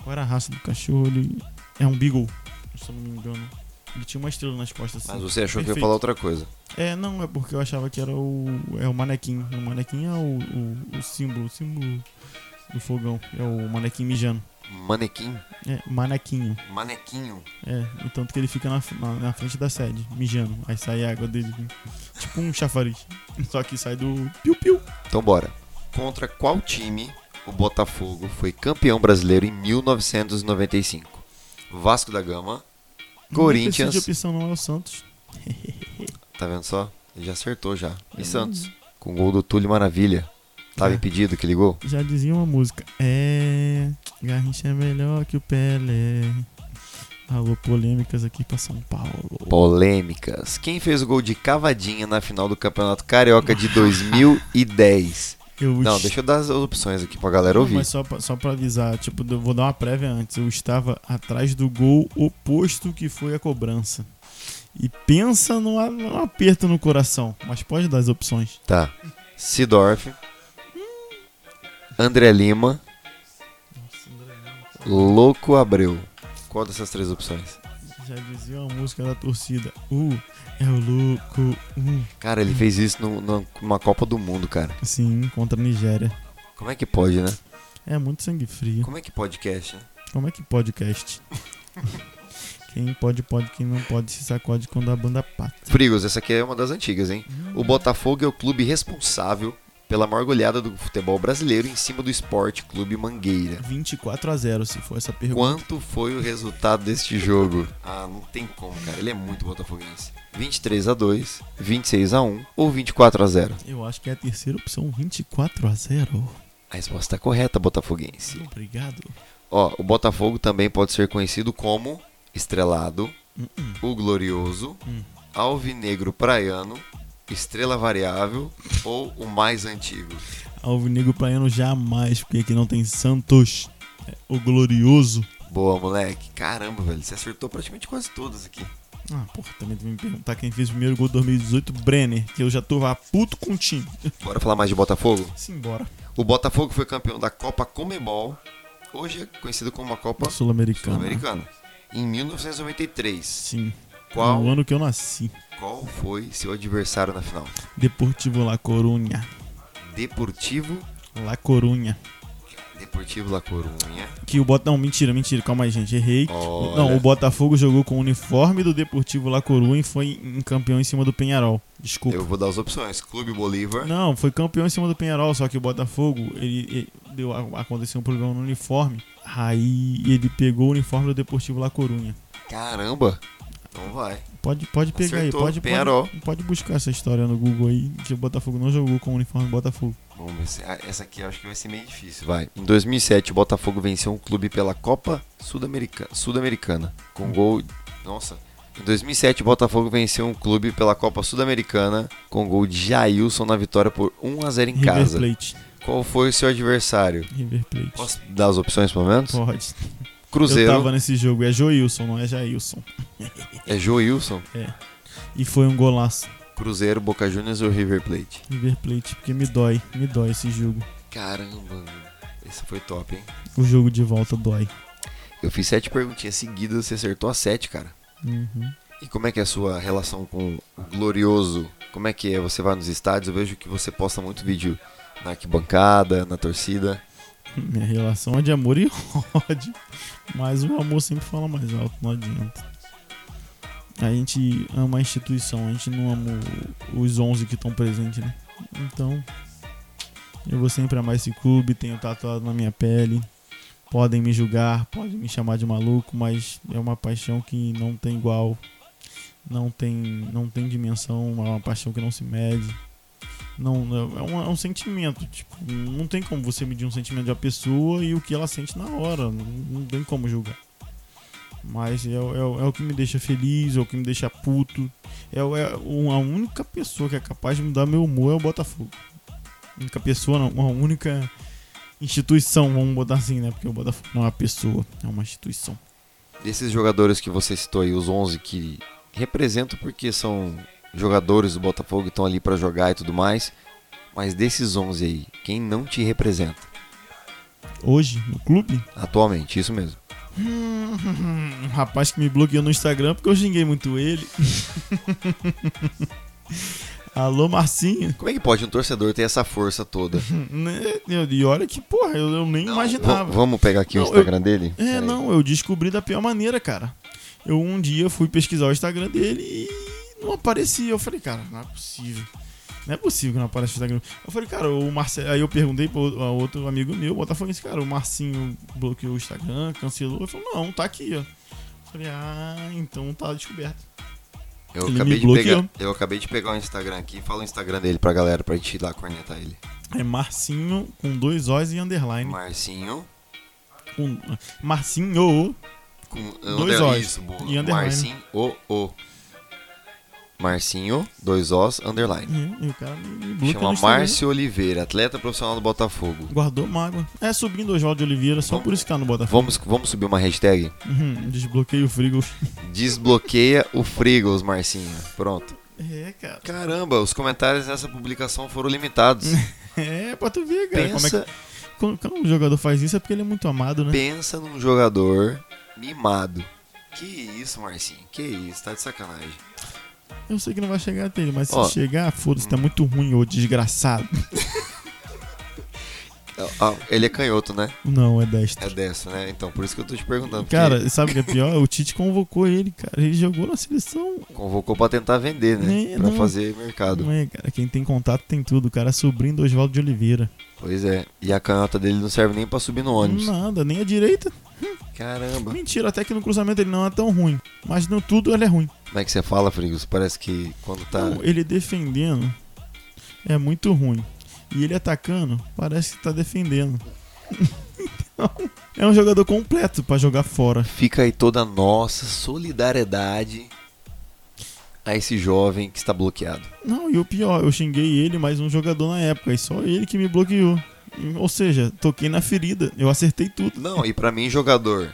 [SPEAKER 2] Qual era a raça do cachorro? Ele. É um Beagle, se eu não me engano. Ele tinha uma estrela nas costas
[SPEAKER 1] Mas
[SPEAKER 2] assim.
[SPEAKER 1] você achou que eu ia
[SPEAKER 2] Perfeito.
[SPEAKER 1] falar outra coisa.
[SPEAKER 2] É, não, é porque eu achava que era o. É o manequim. O manequim é o, o, o símbolo, o símbolo do fogão. É o manequim mijando.
[SPEAKER 1] Manequim?
[SPEAKER 2] É, manequinho.
[SPEAKER 1] Manequinho?
[SPEAKER 2] É, e tanto que ele fica na, na, na frente da sede, mijando. Aí sai a água dele. Tipo um chafariz. Só que sai do piu-piu.
[SPEAKER 1] Então bora. Contra qual time o Botafogo foi campeão brasileiro em 1995? Vasco da Gama,
[SPEAKER 2] Não
[SPEAKER 1] Corinthians.
[SPEAKER 2] precisa de opção, não é o Santos.
[SPEAKER 1] Tá vendo só? Ele já acertou já. E Santos. Com gol do Túlio Maravilha. Tava
[SPEAKER 2] Hum. É.
[SPEAKER 1] impedido aquele gol?
[SPEAKER 2] Já dizia uma música. É. Garrincha é melhor que o Pelé. Alô, polêmicas aqui pra São Paulo.
[SPEAKER 1] Polêmicas. Quem fez o gol de cavadinha na final do Campeonato Carioca de 2010?
[SPEAKER 2] Eu
[SPEAKER 1] Não,
[SPEAKER 2] est-
[SPEAKER 1] deixa eu dar as opções aqui pra galera
[SPEAKER 2] Não,
[SPEAKER 1] ouvir.
[SPEAKER 2] Mas só pra, só pra avisar, tipo, eu vou dar uma prévia antes. Eu estava atrás do gol oposto que foi a cobrança. E pensa num a- num aperto no coração. Mas pode dar as opções.
[SPEAKER 1] Tá. Sidorf. André Lima. Louco Abreu. Qual dessas três opções?
[SPEAKER 2] Já dizia uma música da torcida. Uh, é o louco. Uh.
[SPEAKER 1] Cara, ele fez isso num- num- numa Copa do Mundo, cara.
[SPEAKER 2] Sim, assim, contra a Nigéria.
[SPEAKER 1] Como é que pode, né?
[SPEAKER 2] É muito sangue frio.
[SPEAKER 1] Como é que podcast, né?
[SPEAKER 2] Como é que podcast? quem pode, pode. Quem não pode, se sacode quando a banda pata.
[SPEAKER 1] Frigos, essa aqui é uma das antigas, hein? O Botafogo é o clube responsável pela maior goleada do futebol brasileiro em cima do Esporte Clube Mangueira.
[SPEAKER 2] 24 a 0 se for essa pergunta.
[SPEAKER 1] Quanto foi o resultado deste jogo? Ah, não tem como, cara. Ele é muito botafoguense. 23 a 2, 26 a 1 ou 24 a 0?
[SPEAKER 2] Eu acho que é a terceira opção, 24 a 0.
[SPEAKER 1] A resposta correta, botafoguense.
[SPEAKER 2] Obrigado.
[SPEAKER 1] Ó, o Botafogo também pode ser conhecido como Estrelado, O Glorioso,
[SPEAKER 2] Hum.
[SPEAKER 1] Alvinegro Praiano, Estrela Variável ou o mais antigo.
[SPEAKER 2] Alvinegro Praiano jamais, porque aqui não tem Santos. É o glorioso.
[SPEAKER 1] Boa, moleque. Caramba, velho. Você acertou praticamente quase todas aqui.
[SPEAKER 2] Ah, porra, também tem que me perguntar quem fez o primeiro gol de 2018, Brenner, que eu já tô lá puto com o time.
[SPEAKER 1] Bora falar mais de Botafogo?
[SPEAKER 2] Simbora.
[SPEAKER 1] O Botafogo foi campeão da Copa Comebol, hoje é conhecido como a Copa
[SPEAKER 2] Sul-Americano.
[SPEAKER 1] Sul-Americana, em 1993.
[SPEAKER 2] Sim.
[SPEAKER 1] Qual,
[SPEAKER 2] No ano que eu nasci.
[SPEAKER 1] qual foi seu adversário na final?
[SPEAKER 2] Deportivo La Coruña.
[SPEAKER 1] Deportivo,
[SPEAKER 2] La Coruña.
[SPEAKER 1] Deportivo La Coruña.
[SPEAKER 2] Que o Botafogo. Não, mentira, mentira. Calma aí, gente. Errei.
[SPEAKER 1] Olha.
[SPEAKER 2] Não, o Botafogo jogou com o uniforme do Deportivo La Coruña e foi em campeão em cima do Penharol. Desculpa.
[SPEAKER 1] Eu vou dar as opções. Clube Bolívar,
[SPEAKER 2] Não, foi campeão em cima do Penharol, só que o Botafogo, ele, ele deu, aconteceu um problema no uniforme. Aí ele pegou o uniforme do Deportivo La Corunha.
[SPEAKER 1] Caramba! Então vai.
[SPEAKER 2] Pode, pode pegar
[SPEAKER 1] Acertou,
[SPEAKER 2] aí, pode,
[SPEAKER 1] Penharol.
[SPEAKER 2] pode pode buscar essa história no Google aí, que o Botafogo não jogou com o uniforme do Botafogo.
[SPEAKER 1] Vamos ver se- ah, essa aqui eu acho que vai ser meio difícil. Vai. Em 2007, o Botafogo venceu um clube pela Copa Sudamerica- Sudamericana. Com gol. Nossa. Em 2007, o Botafogo venceu um clube pela Copa Sudamericana com gol de Jailson na vitória por 1 a 0 em
[SPEAKER 2] River
[SPEAKER 1] casa.
[SPEAKER 2] Plate.
[SPEAKER 1] Qual foi o seu adversário?
[SPEAKER 2] River Plate.
[SPEAKER 1] Posso dar as opções pelo menos?
[SPEAKER 2] Pode.
[SPEAKER 1] Cruzeiro.
[SPEAKER 2] Eu tava nesse jogo, é Joilson, não é Jailson.
[SPEAKER 1] É Joilson.
[SPEAKER 2] E foi um golaço.
[SPEAKER 1] Cruzeiro, Boca Juniors ou River Plate?
[SPEAKER 2] River Plate, porque me dói, me dói esse jogo.
[SPEAKER 1] Caramba, mano. esse foi top, hein?
[SPEAKER 2] O jogo de volta dói.
[SPEAKER 1] Eu fiz sete perguntinhas seguidas, você acertou as sete, cara.
[SPEAKER 2] Uhum.
[SPEAKER 1] E como é que é a sua relação com o Glorioso? Como é que é? Você vai nos estádios, eu vejo que você posta muito vídeo na arquibancada, na torcida.
[SPEAKER 2] Minha relação é de amor e ódio. Mas o amor sempre fala mais alto, não adianta. A gente ama a instituição, a gente não ama o- os 11 que estão presentes, né? Então, eu vou sempre amar esse clube, tenho tatuado na minha pele. Podem me julgar, podem me chamar de maluco, mas é uma paixão que não tem igual. Não tem, não tem dimensão, é uma paixão que não se mede. Não, não, é um, é um sentimento. Tipo, não tem como você medir um sentimento de uma pessoa e o que ela sente na hora. Não, não tem como julgar. Mas é, o- é o- é o que me deixa feliz, é o que me deixa puto. É, o- é o- a única pessoa que é capaz de mudar meu humor é o Botafogo. Única pessoa, não, uma única instituição, vamos botar assim, né? Porque o Botafogo não é uma pessoa, é uma instituição.
[SPEAKER 1] Desses jogadores que você citou aí, os 11 que representam porque são jogadores do Botafogo, estão ali pra jogar e tudo mais. Mas desses 11 aí, quem não te representa
[SPEAKER 2] Hoje, no clube,
[SPEAKER 1] atualmente, isso mesmo.
[SPEAKER 2] Hum, um rapaz que me bloqueou no Instagram porque eu xinguei muito ele. Alô, Marcinho?
[SPEAKER 1] Como é que pode um torcedor ter essa força toda?
[SPEAKER 2] Né? E olha que, porra, eu, eu nem imaginava.
[SPEAKER 1] V- vamos pegar aqui o
[SPEAKER 2] Não, eu-
[SPEAKER 1] Instagram dele?
[SPEAKER 2] É,
[SPEAKER 1] Peraí.
[SPEAKER 2] não, eu descobri da pior maneira, cara. Eu um dia fui pesquisar o Instagram dele e não aparecia. Eu falei, cara, não é possível. Não é possível que não apareça o Instagram. Eu falei, cara, o Marcelo. Aí eu perguntei pro a outro amigo meu, Botafoguense, cara, o Marcinho bloqueou o Instagram, cancelou. Ele falou, não, tá aqui, ó. Eu falei, ah, então tá descoberto.
[SPEAKER 1] Eu
[SPEAKER 2] Ele
[SPEAKER 1] acabei,
[SPEAKER 2] me
[SPEAKER 1] de
[SPEAKER 2] bloqueou.
[SPEAKER 1] pegar, eu acabei de pegar o Instagram aqui. Fala o Instagram dele pra galera, pra gente ir lá cornetar ele.
[SPEAKER 2] É Marcinho com dois O's e underline.
[SPEAKER 1] Marcinho.
[SPEAKER 2] Com- um, Marcinho,
[SPEAKER 1] Com
[SPEAKER 2] Dois
[SPEAKER 1] under-
[SPEAKER 2] Os.
[SPEAKER 1] Isso, boa.
[SPEAKER 2] E underline.
[SPEAKER 1] Marcinho. O, o. Marcinho, dois Os, underline.
[SPEAKER 2] né? E, e o cara me, me bloqueou no
[SPEAKER 1] Chama
[SPEAKER 2] Instagram.
[SPEAKER 1] Márcio Oliveira, atleta profissional do Botafogo.
[SPEAKER 2] Guardou mágoa. É sobrinho do Oswaldo de Oliveira, só
[SPEAKER 1] Vamos-
[SPEAKER 2] por isso que tá no Botafogo.
[SPEAKER 1] Vamos, vamos subir uma hashtag?
[SPEAKER 2] Uhum, desbloqueio o Frigos.
[SPEAKER 1] Desbloqueia o Frigos, Marcinho. Pronto.
[SPEAKER 2] É, cara.
[SPEAKER 1] Caramba, os comentários nessa publicação foram limitados.
[SPEAKER 2] É, pra tu ver, cara. Como é
[SPEAKER 1] Pensa,
[SPEAKER 2] que, quando, quando um jogador faz isso é porque ele é muito amado, né?
[SPEAKER 1] pensa num jogador mimado. Que isso, Marcinho? Que isso? Tá de sacanagem.
[SPEAKER 2] Eu sei que não vai chegar até ele, mas se
[SPEAKER 1] Ó.
[SPEAKER 2] chegar, foda-se, tá muito ruim, ô desgraçado.
[SPEAKER 1] Ah, ele é canhoto, né?
[SPEAKER 2] Não, é desta.
[SPEAKER 1] É dessa, né? Então, por isso que eu tô te perguntando. porque
[SPEAKER 2] Cara, sabe o que é pior? O Tite convocou ele, cara. Ele jogou na seleção.
[SPEAKER 1] convocou pra tentar vender, né?
[SPEAKER 2] Nem-
[SPEAKER 1] pra
[SPEAKER 2] não.
[SPEAKER 1] fazer mercado.
[SPEAKER 2] Não é, cara. Quem tem contato tem tudo. O cara é sobrinho do Oswaldo de Oliveira.
[SPEAKER 1] Pois é. E a canhota dele não serve nem pra subir no ônibus.
[SPEAKER 2] Nada, nem a direita.
[SPEAKER 1] Caramba.
[SPEAKER 2] Mentira, até que no cruzamento ele não é tão ruim. Mas no tudo ele é ruim.
[SPEAKER 1] Como é que você fala, Frigos? Parece que quando tá.
[SPEAKER 2] Não, ele defendendo é muito ruim. E ele atacando, parece que tá defendendo. Então, é um jogador completo pra jogar fora.
[SPEAKER 1] Fica aí toda a nossa solidariedade a esse jovem que está bloqueado.
[SPEAKER 2] Não, e o pior, eu xinguei ele mais um jogador na época, e só ele que me bloqueou. Ou seja, toquei na ferida, eu acertei tudo.
[SPEAKER 1] Não, e pra mim, jogador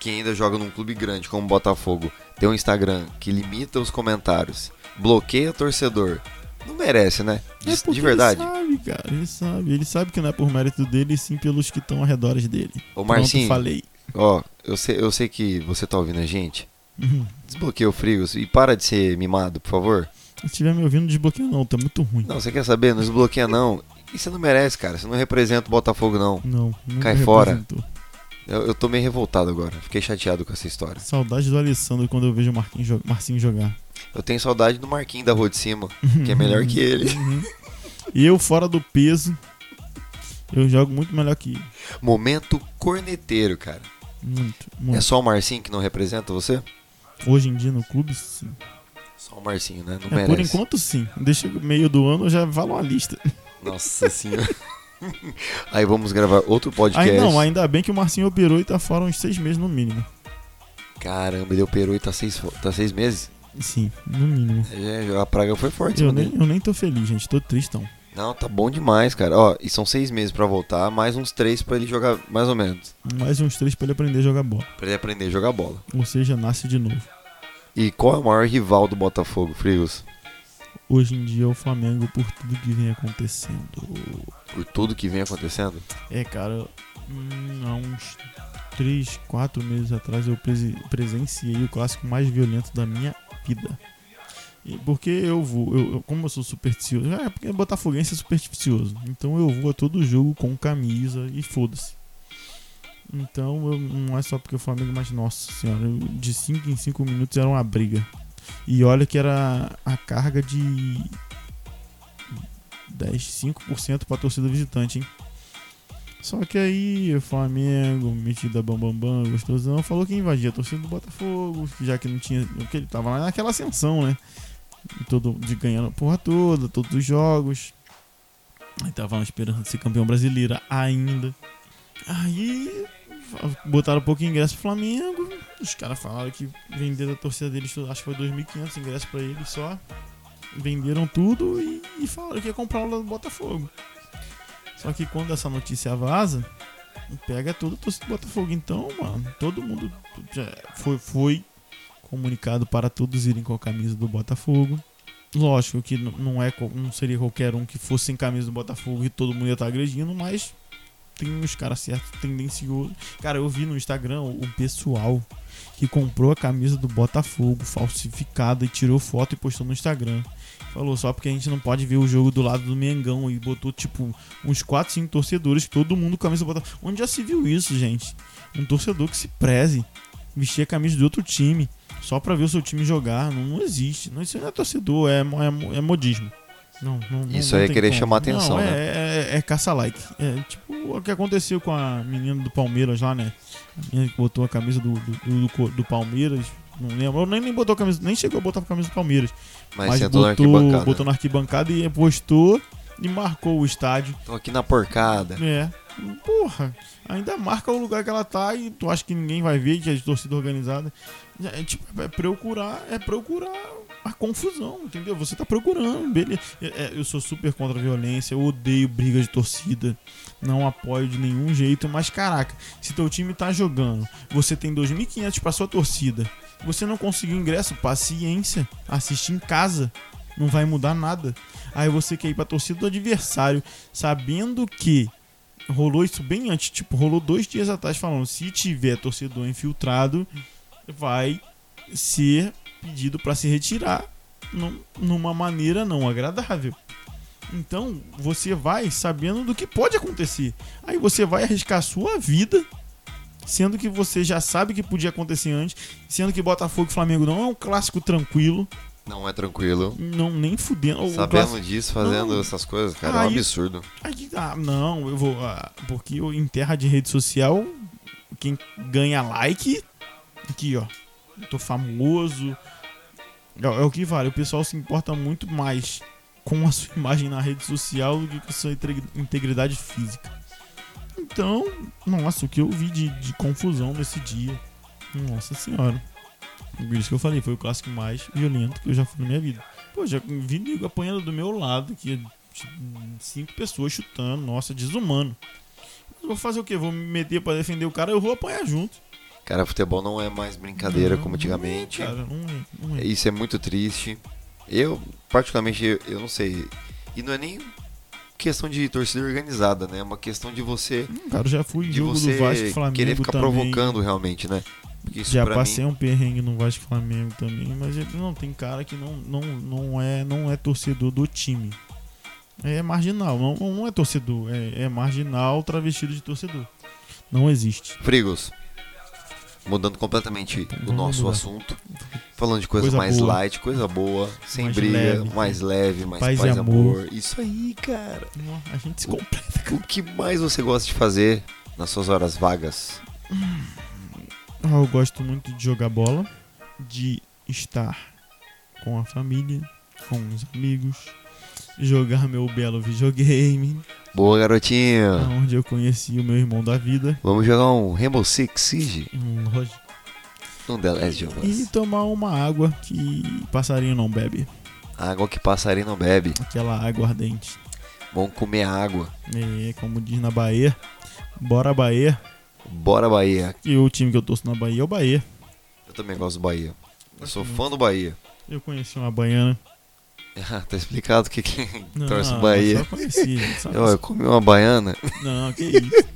[SPEAKER 1] que ainda joga num clube grande como o Botafogo, tem um Instagram que limita os comentários, bloqueia torcedor, não merece, né? De,
[SPEAKER 2] É
[SPEAKER 1] de
[SPEAKER 2] porque
[SPEAKER 1] verdade.
[SPEAKER 2] Ele sabe, cara, ele sabe. Ele sabe que não é por mérito dele, e sim pelos que estão ao redor dele.
[SPEAKER 1] Ô
[SPEAKER 2] Pronto,
[SPEAKER 1] Marcinho,
[SPEAKER 2] falei.
[SPEAKER 1] ó, eu sei, eu sei que você tá ouvindo a gente.
[SPEAKER 2] Uhum.
[SPEAKER 1] Desbloqueia o Frigos e para de ser mimado, por favor.
[SPEAKER 2] Se estiver me ouvindo, desbloqueia não, tá muito ruim.
[SPEAKER 1] Não, você quer saber? Não desbloqueia não. E você não merece, cara. Você não representa o Botafogo, não.
[SPEAKER 2] Não, nunca
[SPEAKER 1] Cai fora.
[SPEAKER 2] representou.
[SPEAKER 1] Eu, eu tô meio revoltado agora. Fiquei chateado com essa história.
[SPEAKER 2] Saudade do Alessandro quando eu vejo o Marquinhos jo- Marcinho jogar.
[SPEAKER 1] Eu tenho saudade do Marquinhos da rua de cima, que é melhor que ele.
[SPEAKER 2] Uhum. E eu fora do peso, eu jogo muito melhor que ele.
[SPEAKER 1] Momento corneteiro, cara.
[SPEAKER 2] Muito,
[SPEAKER 1] É
[SPEAKER 2] muito.
[SPEAKER 1] só o Marcinho que não representa você?
[SPEAKER 2] Hoje em dia no clube, sim.
[SPEAKER 1] Só o Marcinho, né? Não
[SPEAKER 2] É,
[SPEAKER 1] merece.
[SPEAKER 2] por enquanto, sim. Deixa o meio do ano, eu já valo uma lista.
[SPEAKER 1] Nossa senhora. Aí vamos gravar outro podcast.
[SPEAKER 2] Aí, não, ainda bem que o Marcinho operou e tá fora uns seis meses no mínimo.
[SPEAKER 1] Caramba, ele operou e tá seis, fo- tá seis meses?
[SPEAKER 2] Sim, no mínimo.
[SPEAKER 1] É, A praga foi forte, né?
[SPEAKER 2] Eu
[SPEAKER 1] mano.
[SPEAKER 2] nem, eu nem tô feliz, gente. Tô tristão.
[SPEAKER 1] Não, tá bom demais, cara. Ó, e são seis meses pra voltar, mais uns três pra ele jogar, mais ou menos.
[SPEAKER 2] Mais uns três pra ele aprender a jogar bola.
[SPEAKER 1] Pra ele aprender a jogar bola.
[SPEAKER 2] Ou seja, nasce de novo.
[SPEAKER 1] E qual é o maior rival do Botafogo, Frigos?
[SPEAKER 2] Hoje em dia é o Flamengo por tudo que vem acontecendo.
[SPEAKER 1] Por tudo que vem acontecendo?
[SPEAKER 2] É, cara, hum, há uns 3, 4 meses atrás eu presi- presenciei o clássico mais violento da minha vida. E porque eu vou, eu, eu- como eu sou supersticioso, é porque botafoguense é supersticioso. Então eu vou a todo jogo com camisa e foda-se. Então eu- não é só porque o Flamengo, mas nossa senhora, eu- de 5 em 5 minutos era uma briga. E olha que era a carga de 10, 5% pra torcida visitante, hein? Só que aí o Flamengo, metida bambambam, bam, gostosão, falou que invadia a torcida do Botafogo, que já que não tinha. Porque ele tava lá naquela ascensão, né? E Todo, de ganhando a porra toda, todos os jogos. Aí tava lá esperando ser campeão brasileiro ainda. Aí fa- botaram pouco ingresso pro Flamengo. Os caras falaram que venderam a torcida deles, acho que foi 2.500 ingressos pra eles só. Venderam tudo e, e falaram que ia comprar o do Botafogo. Só que quando essa notícia vaza, pega todo o torcedor do Botafogo. Então, mano, todo mundo já foi, foi comunicado para todos irem com a camisa do Botafogo. Lógico que n- não, é, qual- não seria qualquer um que fosse sem camisa do Botafogo e todo mundo ia estar agredindo, mas tem uns caras certos tendenciosos. Cara, eu vi no Instagram o o pessoal que comprou a camisa do Botafogo falsificada e tirou foto e postou no Instagram. Falou só porque a gente não pode ver o jogo do lado do Mengão e botou tipo uns 4, 5 torcedores, todo mundo com a camisa do Botafogo. Onde já se viu isso, gente? Um torcedor que se preze, vestir a camisa de outro time, só pra ver o seu time jogar, não, não existe. Não, isso não é torcedor, é, mo- é, mo- é modismo. Não, não, não-
[SPEAKER 1] Isso
[SPEAKER 2] não
[SPEAKER 1] aí é
[SPEAKER 2] tem
[SPEAKER 1] querer
[SPEAKER 2] como.
[SPEAKER 1] chamar atenção,
[SPEAKER 2] não,
[SPEAKER 1] né?
[SPEAKER 2] É, é, é caça-like. É tipo o que aconteceu com a menina do Palmeiras lá, né? A menina que botou a camisa do, do, do, co- do Palmeiras. Não lembro, nem, nem botou a camisa, nem chegou a botar a camisa do Palmeiras
[SPEAKER 1] Mas,
[SPEAKER 2] mas
[SPEAKER 1] sentou na
[SPEAKER 2] botou,
[SPEAKER 1] arquibancada.
[SPEAKER 2] botou na arquibancada e postou e marcou o estádio.
[SPEAKER 1] Tô aqui na porcada.
[SPEAKER 2] É. Porra, ainda marca o lugar que ela tá e tu acha que ninguém vai ver, que é de torcida organizada. É, tipo, é procurar, é procurar a confusão, entendeu? Você tá procurando. Beleza. É, é, Eu sou super contra a violência, eu odeio briga de torcida. Não apoio de nenhum jeito, mas caraca, se teu time tá jogando, você tem 2.500 pra sua torcida, você não conseguiu ingresso, paciência, assiste em casa, não vai mudar nada. Aí você quer ir pra torcida do adversário, sabendo que rolou isso bem antes, tipo, rolou dois dias atrás falando, se tiver torcedor infiltrado, vai ser pedido para se retirar num- numa maneira não agradável. Então, você vai sabendo do que pode acontecer. Aí você vai arriscar a sua vida, sendo que você já sabe que podia acontecer antes, sendo que Botafogo e Flamengo não é um clássico tranquilo,
[SPEAKER 1] Não é tranquilo.
[SPEAKER 2] não nem fudendo. o
[SPEAKER 1] Sabendo
[SPEAKER 2] clássico-
[SPEAKER 1] disso, fazendo
[SPEAKER 2] Não.
[SPEAKER 1] essas coisas, cara, é um
[SPEAKER 2] Aí-
[SPEAKER 1] absurdo.
[SPEAKER 2] Aí, ah, não, eu vou. ah, porque eu, em terra de rede social, quem ganha like. Aqui, ó. Eu tô famoso. É, é o que vale. O pessoal se importa muito mais com a sua imagem na rede social do que com a sua integri- integridade física. Então, nossa, o que eu vi de, de confusão nesse dia. Nossa senhora. Por isso que eu falei, foi o clássico mais violento que eu já fui na minha vida. Pô, já vi nego apanhando do meu lado, que cinco pessoas chutando, nossa, desumano. Eu Vou fazer o quê? Vou me meter pra defender o cara, eu vou apanhar junto.
[SPEAKER 1] Cara, futebol não é mais brincadeira
[SPEAKER 2] Não,
[SPEAKER 1] como antigamente.
[SPEAKER 2] Não é, cara, não é, não é.
[SPEAKER 1] Isso é muito triste. Eu, particularmente, eu, eu não sei. E não é nem questão de torcida organizada, né? É uma questão de você,
[SPEAKER 2] Hum, Cara, eu já fui em
[SPEAKER 1] de
[SPEAKER 2] jogo do Vasco e
[SPEAKER 1] você
[SPEAKER 2] Flamengo
[SPEAKER 1] querer ficar
[SPEAKER 2] também.
[SPEAKER 1] provocando realmente, né? Porque isso
[SPEAKER 2] Já
[SPEAKER 1] pra mim
[SPEAKER 2] passei um perrengue no Vasco e Flamengo também, mas ele- não tem cara que não, não, não, é, não é torcedor do time. É marginal, não, não é torcedor, é, é marginal travestido de torcedor. Não existe.
[SPEAKER 1] Frigos, mudando completamente o
[SPEAKER 2] Vamos
[SPEAKER 1] nosso
[SPEAKER 2] mudar.
[SPEAKER 1] assunto, falando de coisa,
[SPEAKER 2] Tá Coisa
[SPEAKER 1] mais
[SPEAKER 2] boa.
[SPEAKER 1] light, coisa boa, sem
[SPEAKER 2] Mais
[SPEAKER 1] briga,
[SPEAKER 2] leve.
[SPEAKER 1] mais leve, mais
[SPEAKER 2] Paz
[SPEAKER 1] paz,
[SPEAKER 2] e
[SPEAKER 1] e
[SPEAKER 2] amor.
[SPEAKER 1] amor. Isso aí, cara.
[SPEAKER 2] A gente se completa.
[SPEAKER 1] O que mais você gosta de fazer nas suas horas vagas?
[SPEAKER 2] Ah, Eu gosto muito de jogar bola, de estar com a família, com os amigos, jogar meu belo videogame,
[SPEAKER 1] Boa, garotinha.
[SPEAKER 2] onde eu conheci o meu irmão da vida,
[SPEAKER 1] Vamos jogar um Rainbow Six Siege?
[SPEAKER 2] um lógico,
[SPEAKER 1] Um The Last of
[SPEAKER 2] e
[SPEAKER 1] Us.
[SPEAKER 2] tomar uma água que passarinho não bebe,
[SPEAKER 1] Água que passarinho não bebe.
[SPEAKER 2] aquela água ardente.
[SPEAKER 1] Vamos comer água.
[SPEAKER 2] É, como diz na Bahia, bora Bahia,
[SPEAKER 1] Bora, Bahia.
[SPEAKER 2] e o time que eu torço na Bahia é o Bahia.
[SPEAKER 1] Eu também gosto do Bahia. Eu sou fã do Bahia.
[SPEAKER 2] Eu conheci uma baiana.
[SPEAKER 1] Ah, tá explicado o que que
[SPEAKER 2] Não,
[SPEAKER 1] torce o
[SPEAKER 2] Eu
[SPEAKER 1] Bahia.
[SPEAKER 2] só conheci, gente, sabe?
[SPEAKER 1] Eu, eu comi uma baiana.
[SPEAKER 2] Não, que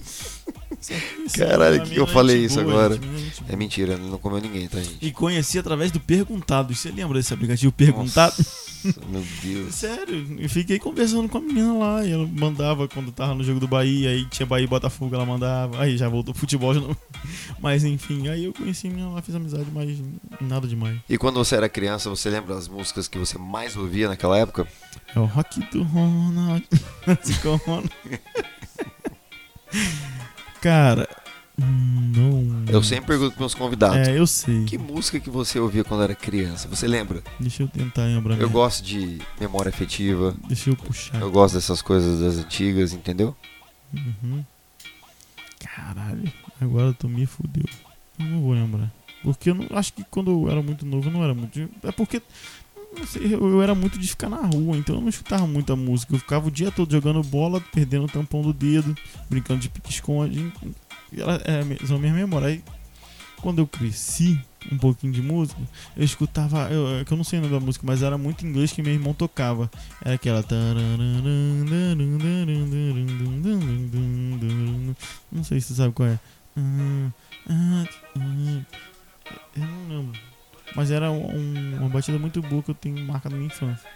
[SPEAKER 2] isso. Só isso. é
[SPEAKER 1] Caralho,
[SPEAKER 2] Uma
[SPEAKER 1] que eu
[SPEAKER 2] mina
[SPEAKER 1] falei
[SPEAKER 2] gente
[SPEAKER 1] isso
[SPEAKER 2] boa,
[SPEAKER 1] agora.
[SPEAKER 2] gente, mina gente
[SPEAKER 1] É
[SPEAKER 2] boa.
[SPEAKER 1] mentira, ele não comeu ninguém, tá, gente?
[SPEAKER 2] E conheci através do Perguntado. Você lembra desse aplicativo Perguntado?
[SPEAKER 1] Nossa, meu Deus.
[SPEAKER 2] Sério, eu fiquei conversando com a menina lá. E ela mandava quando tava no jogo do Bahia. Aí tinha Bahia e Botafogo, ela mandava. Aí já voltou futebol de novo. Mas enfim, aí eu conheci a menina lá, fiz amizade, mas nada demais.
[SPEAKER 1] E quando você era criança, você lembra das músicas que você mais ouvia naquela época?
[SPEAKER 2] É o rock do Ronald. Assim Nancy Corona. Cara, hum, não.
[SPEAKER 1] Eu sempre pergunto pros meus convidados.
[SPEAKER 2] É, eu sei.
[SPEAKER 1] Que música que você ouvia quando era criança? Você lembra?
[SPEAKER 2] Deixa eu tentar lembrar.
[SPEAKER 1] Eu gosto de memória afetiva.
[SPEAKER 2] Deixa eu puxar.
[SPEAKER 1] Eu gosto dessas coisas das antigas, entendeu?
[SPEAKER 2] Uhum. Caralho, agora tu me fudeu. Eu não vou lembrar. Porque eu não, acho que quando eu era muito novo, eu não era muito. É porque. Não sei, eu, eu era muito de ficar na rua, então eu não escutava muita música. Eu ficava o dia todo jogando bola, perdendo o tampão do dedo, brincando de pique-esconde. E Ela, é, me- são minhas memórias. Aí, quando eu cresci um pouquinho de música, eu escutava. Eu, é que eu não sei o nome da música, mas era muito inglês que meu irmão tocava. Era aquela. Não sei se você sabe qual é. Eu não lembro. Mas era um- uma batida muito boa que eu tenho marca da minha infância.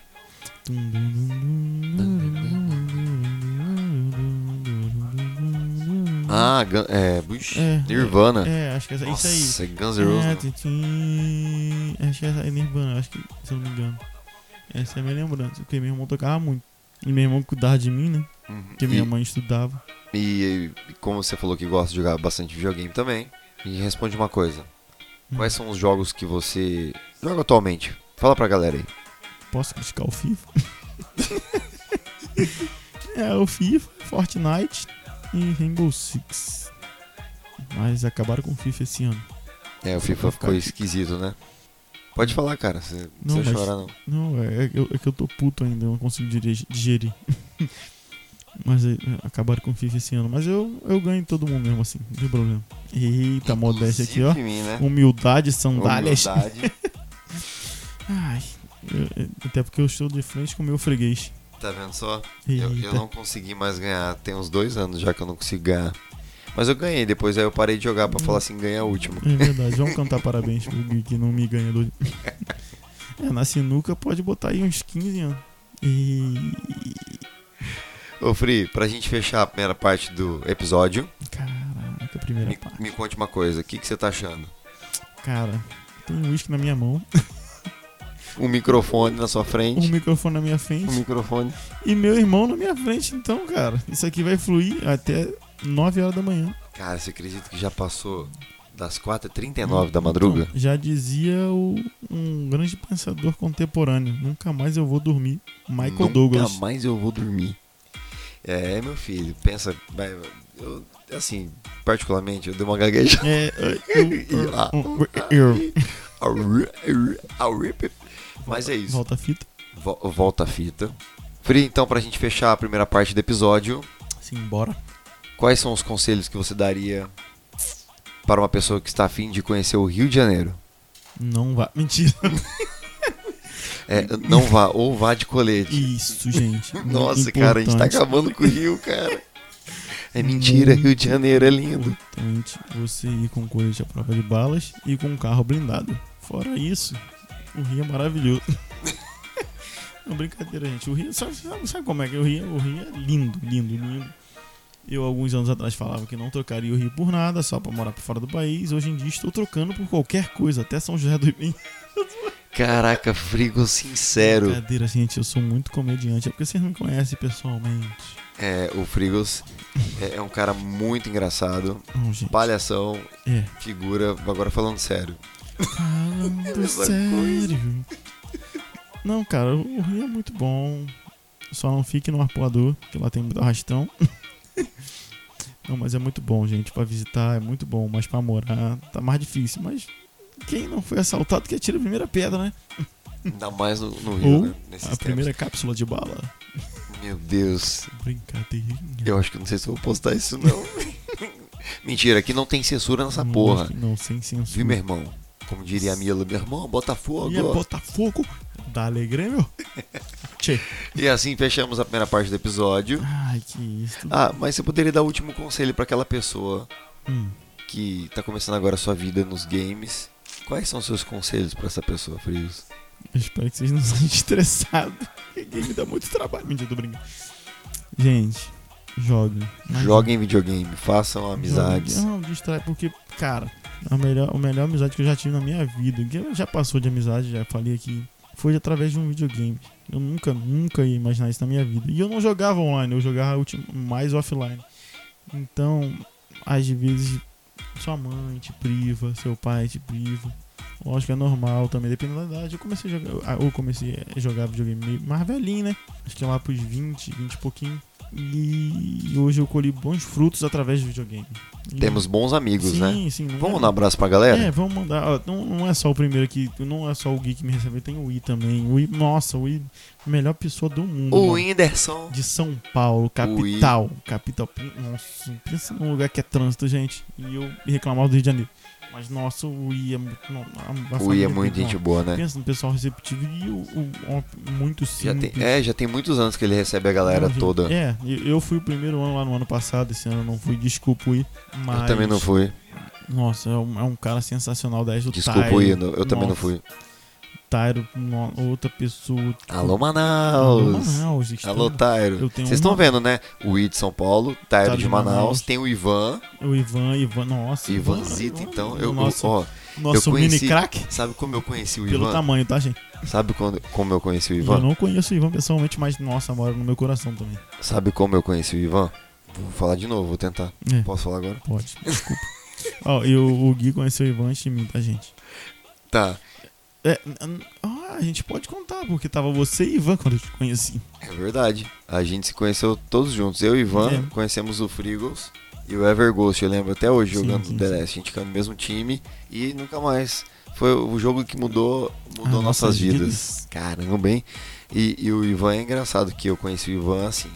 [SPEAKER 1] Ah, Gun- é, bush,
[SPEAKER 2] É,
[SPEAKER 1] Nirvana.
[SPEAKER 2] É, acho que é isso aí.
[SPEAKER 1] Nossa, Guns N' Roses.
[SPEAKER 2] É,
[SPEAKER 1] né?
[SPEAKER 2] tchim, tchim. Acho que essa é Nirvana, acho que, se eu não me engano. Essa é a minha lembrança, porque meu irmão tocava muito. E meu irmão cuidava de mim, né?
[SPEAKER 1] Uhum.
[SPEAKER 2] Porque minha mãe estudava.
[SPEAKER 1] E, e- e como você falou que gosta de jogar bastante videogame também, me responde uma coisa.
[SPEAKER 2] Hum.
[SPEAKER 1] Quais são os jogos que você joga atualmente? Fala pra galera aí.
[SPEAKER 2] Posso criticar o FIFA? é, o FIFA, Fortnite e Rainbow Six. Mas acabaram com o FIFA esse ano.
[SPEAKER 1] É, o
[SPEAKER 2] Só
[SPEAKER 1] FIFA
[SPEAKER 2] pra
[SPEAKER 1] ficou
[SPEAKER 2] ficar-
[SPEAKER 1] esquisito, né? Pode falar, cara. Você não
[SPEAKER 2] Não,
[SPEAKER 1] precisa
[SPEAKER 2] mas-
[SPEAKER 1] chorar, não.
[SPEAKER 2] Não, é, é que eu- é que eu tô puto ainda, eu não consigo dirige- digerir. Mas é, acabaram com o FIFA esse ano. Mas eu, eu ganho todo mundo mesmo assim, não tem problema. Eita, tá modéstia aqui, ó. Um
[SPEAKER 1] Inclusive Mim, né?
[SPEAKER 2] Humildade, sandálias.
[SPEAKER 1] Humildade.
[SPEAKER 2] Ai, eu- eu- até porque eu estou de frente com o meu freguês.
[SPEAKER 1] Tá vendo só?
[SPEAKER 2] Eita.
[SPEAKER 1] Eu, eu não consegui mais ganhar. Tem uns dois anos já que eu não consigo ganhar. Mas eu ganhei, depois aí eu parei de jogar pra falar assim, ganha o último.
[SPEAKER 2] É verdade, vamos cantar parabéns pro Gui que não me ganha do. É, na sinuca pode botar aí uns 15 anos. E.
[SPEAKER 1] Ô, Fri, pra gente fechar a primeira parte do episódio,
[SPEAKER 2] Caraca, primeira
[SPEAKER 1] me,
[SPEAKER 2] parte.
[SPEAKER 1] me conte uma coisa. O que, que você tá achando?
[SPEAKER 2] Cara, tem um uísque na minha mão,
[SPEAKER 1] Um microfone na sua
[SPEAKER 2] um
[SPEAKER 1] frente.
[SPEAKER 2] microfone na minha
[SPEAKER 1] Um
[SPEAKER 2] frente
[SPEAKER 1] microfone.
[SPEAKER 2] e meu irmão na minha frente, então, cara. Isso aqui vai fluir até 9 horas da manhã.
[SPEAKER 1] Cara, você acredita que já passou das 4h39 da madruga?
[SPEAKER 2] Então, já dizia o- um grande pensador contemporâneo: nunca mais eu vou dormir. Michael
[SPEAKER 1] Nunca
[SPEAKER 2] Douglas.
[SPEAKER 1] mais eu vou dormir. É, meu filho, pensa. vai, vai, Eu, assim, particularmente, eu dei uma gaguejada.
[SPEAKER 2] É,
[SPEAKER 1] Ah.
[SPEAKER 2] eu,
[SPEAKER 1] Mas é isso.
[SPEAKER 2] Volta a fita.
[SPEAKER 1] Vo- Volta a fita. Fri, então, pra gente fechar a primeira parte do episódio,
[SPEAKER 2] Simbora.
[SPEAKER 1] quais são os conselhos que você daria para uma pessoa que está afim de conhecer o Rio de Janeiro?
[SPEAKER 2] Não vá. Mentira.
[SPEAKER 1] É, não vá, ou vá de colete.
[SPEAKER 2] Isso, gente.
[SPEAKER 1] Nossa, cara, a gente tá
[SPEAKER 2] Importante,
[SPEAKER 1] acabando com o Rio, cara. É mentira, Rio de Janeiro é lindo.
[SPEAKER 2] Importante você ir com colete à prova de balas e com um carro blindado. Fora isso, o Rio é maravilhoso. Não, brincadeira, gente. O Rio, sabe, sabe, sabe como é que é o Rio? O Rio é lindo, lindo, lindo. Eu, alguns anos atrás, falava que não trocaria o Rio por nada, só pra morar pra fora do país. Hoje em dia, estou trocando por qualquer coisa, até São José do Rio.
[SPEAKER 1] Caraca, frigo sincero.
[SPEAKER 2] Brincadeira, gente, eu sou muito comediante. É porque vocês não me conhecem pessoalmente.
[SPEAKER 1] É, o Frigos é, é um cara muito engraçado.
[SPEAKER 2] Não, gente.
[SPEAKER 1] Palhação,
[SPEAKER 2] É.
[SPEAKER 1] figura. Agora falando sério.
[SPEAKER 2] Falando
[SPEAKER 1] mesma
[SPEAKER 2] sério. Não, cara, o Rio é muito bom. Só não fique no arpoador, que lá tem muito arrastão. Não, mas é muito bom, gente. Pra visitar é muito bom, mas pra morar tá mais difícil. Mas quem não foi assaltado que atira a primeira pedra, né?
[SPEAKER 1] Ainda mais no, no Rio,
[SPEAKER 2] Ou
[SPEAKER 1] né? Nesses
[SPEAKER 2] A primeira cápsula de bala.
[SPEAKER 1] tempos. Meu Deus.
[SPEAKER 2] Brincadeirinha.
[SPEAKER 1] Eu acho que não sei se eu vou postar isso, não. Mentira, aqui não tem censura nessa
[SPEAKER 2] Não,
[SPEAKER 1] porra.
[SPEAKER 2] Não, sem censura.
[SPEAKER 1] Viu, meu irmão? Como diria a Mila, meu irmão, Botafogo.
[SPEAKER 2] E é Botafogo da Alegre, meu? Tchê.
[SPEAKER 1] E assim fechamos a primeira parte do episódio.
[SPEAKER 2] Ai, que isso. tudo-
[SPEAKER 1] Ah, mas você poderia dar o último conselho pra aquela pessoa
[SPEAKER 2] Hum.
[SPEAKER 1] que tá começando agora a sua vida nos games. Quais são os seus conselhos pra essa pessoa, Frios?
[SPEAKER 2] Eu espero que vocês não sejam estressados. porque Game dá muito trabalho. Mentira, tô brincando. Gente, joguem. Mas-
[SPEAKER 1] Joguem videogame, façam
[SPEAKER 2] joguem.
[SPEAKER 1] amizades.
[SPEAKER 2] Não, distrai, porque, cara, é a melhor, a melhor amizade que eu já tive na minha vida, que eu já passou de amizade, já falei aqui, foi através de um videogame. Eu nunca, nunca ia imaginar isso na minha vida. E eu não jogava online, eu jogava ultim- mais offline. Então, às vezes, sua mãe te priva, seu pai te priva. Lógico que é normal também, dependendo da idade. Eu comecei a jogar, ah, eu comecei a jogar videogame meio mais velhinho, né? Acho que lá pros 20, 20 e pouquinho. E hoje eu colhi bons frutos através do videogame. E-
[SPEAKER 1] Temos bons amigos,
[SPEAKER 2] sim,
[SPEAKER 1] né?
[SPEAKER 2] Sim, não
[SPEAKER 1] Vamos
[SPEAKER 2] é-
[SPEAKER 1] dar um abraço pra galera?
[SPEAKER 2] É, vamos mandar. ó, não, não é só o primeiro aqui, não é só o Gui que me recebeu, tem o I também. O I, nossa, o I, melhor pessoa do mundo.
[SPEAKER 1] O
[SPEAKER 2] mano.
[SPEAKER 1] Whindersson.
[SPEAKER 2] De São Paulo, capital. Capital. pin- Nossa, pensa num lugar que é trânsito, gente. E eu reclamava do Rio de Janeiro. Mas, nossa, o I é muito. não, a-
[SPEAKER 1] O I
[SPEAKER 2] a
[SPEAKER 1] é
[SPEAKER 2] família
[SPEAKER 1] muito
[SPEAKER 2] dele,
[SPEAKER 1] gente
[SPEAKER 2] ó.
[SPEAKER 1] boa, né?
[SPEAKER 2] Pensa no pessoal receptivo e o, o- ó, muito
[SPEAKER 1] Já
[SPEAKER 2] simples.
[SPEAKER 1] tem, é, já tem muitos anos que ele recebe a galera
[SPEAKER 2] Não, gente,
[SPEAKER 1] toda.
[SPEAKER 2] É, eu eu fui o primeiro ano lá no ano passado, esse ano eu não fui, desculpa o I. Mas,
[SPEAKER 1] Eu também não fui.
[SPEAKER 2] Nossa, é um, é um cara sensacional, 10 do
[SPEAKER 1] Desculpa,
[SPEAKER 2] Tyro,
[SPEAKER 1] o Ino, eu também não
[SPEAKER 2] nossa,
[SPEAKER 1] fui.
[SPEAKER 2] Tyro, no- outra pessoa.
[SPEAKER 1] Alô,
[SPEAKER 2] Alô,
[SPEAKER 1] Manaus.
[SPEAKER 2] Manaus, estamos-
[SPEAKER 1] Ah, Alô, Tyro.
[SPEAKER 2] Eu tenho
[SPEAKER 1] Vocês estão
[SPEAKER 2] uma-
[SPEAKER 1] vendo, né? O I de São Paulo, Tyro de Manaus, tem o Ivan,
[SPEAKER 2] O Ivan, Ivan, nossa. Ivan,
[SPEAKER 1] Ivanzito,
[SPEAKER 2] Ivan,
[SPEAKER 1] então. Eu,
[SPEAKER 2] nosso
[SPEAKER 1] ó,
[SPEAKER 2] nosso
[SPEAKER 1] eu conheci
[SPEAKER 2] mini crack.
[SPEAKER 1] sabe como eu conheci o
[SPEAKER 2] Pelo
[SPEAKER 1] Ivan?
[SPEAKER 2] tamanho, tá, gente?
[SPEAKER 1] Sabe quando, como eu conheci o
[SPEAKER 2] Eu
[SPEAKER 1] Ivan?
[SPEAKER 2] não conheço o Ivan pessoalmente, mas nossa, mora no meu coração também.
[SPEAKER 1] Sabe como eu conheci o Ivan? Vou falar de novo, vou tentar.
[SPEAKER 2] É,
[SPEAKER 1] Posso falar agora?
[SPEAKER 2] pode, desculpa. Ó, e o, o Gui conheceu o Ivan antes de mim, tá, gente?
[SPEAKER 1] Tá,
[SPEAKER 2] É, n- n- ah, a gente pode contar, porque tava você e Ivan quando eu te conheci.
[SPEAKER 1] é verdade. A gente se conheceu todos juntos. Eu e Ivan
[SPEAKER 2] É.
[SPEAKER 1] conhecemos o Frigos e o Everghost, eu lembro até hoje
[SPEAKER 2] Sim,
[SPEAKER 1] jogando
[SPEAKER 2] sim,
[SPEAKER 1] The
[SPEAKER 2] sim.
[SPEAKER 1] Last. A gente ficava no mesmo time e nunca mais. Foi o jogo que mudou, mudou
[SPEAKER 2] Ah,
[SPEAKER 1] nossas
[SPEAKER 2] nossas
[SPEAKER 1] vidas.
[SPEAKER 2] vidas.
[SPEAKER 1] Caramba, hein? E, e o Ivan é engraçado que eu conheci o Ivan assim.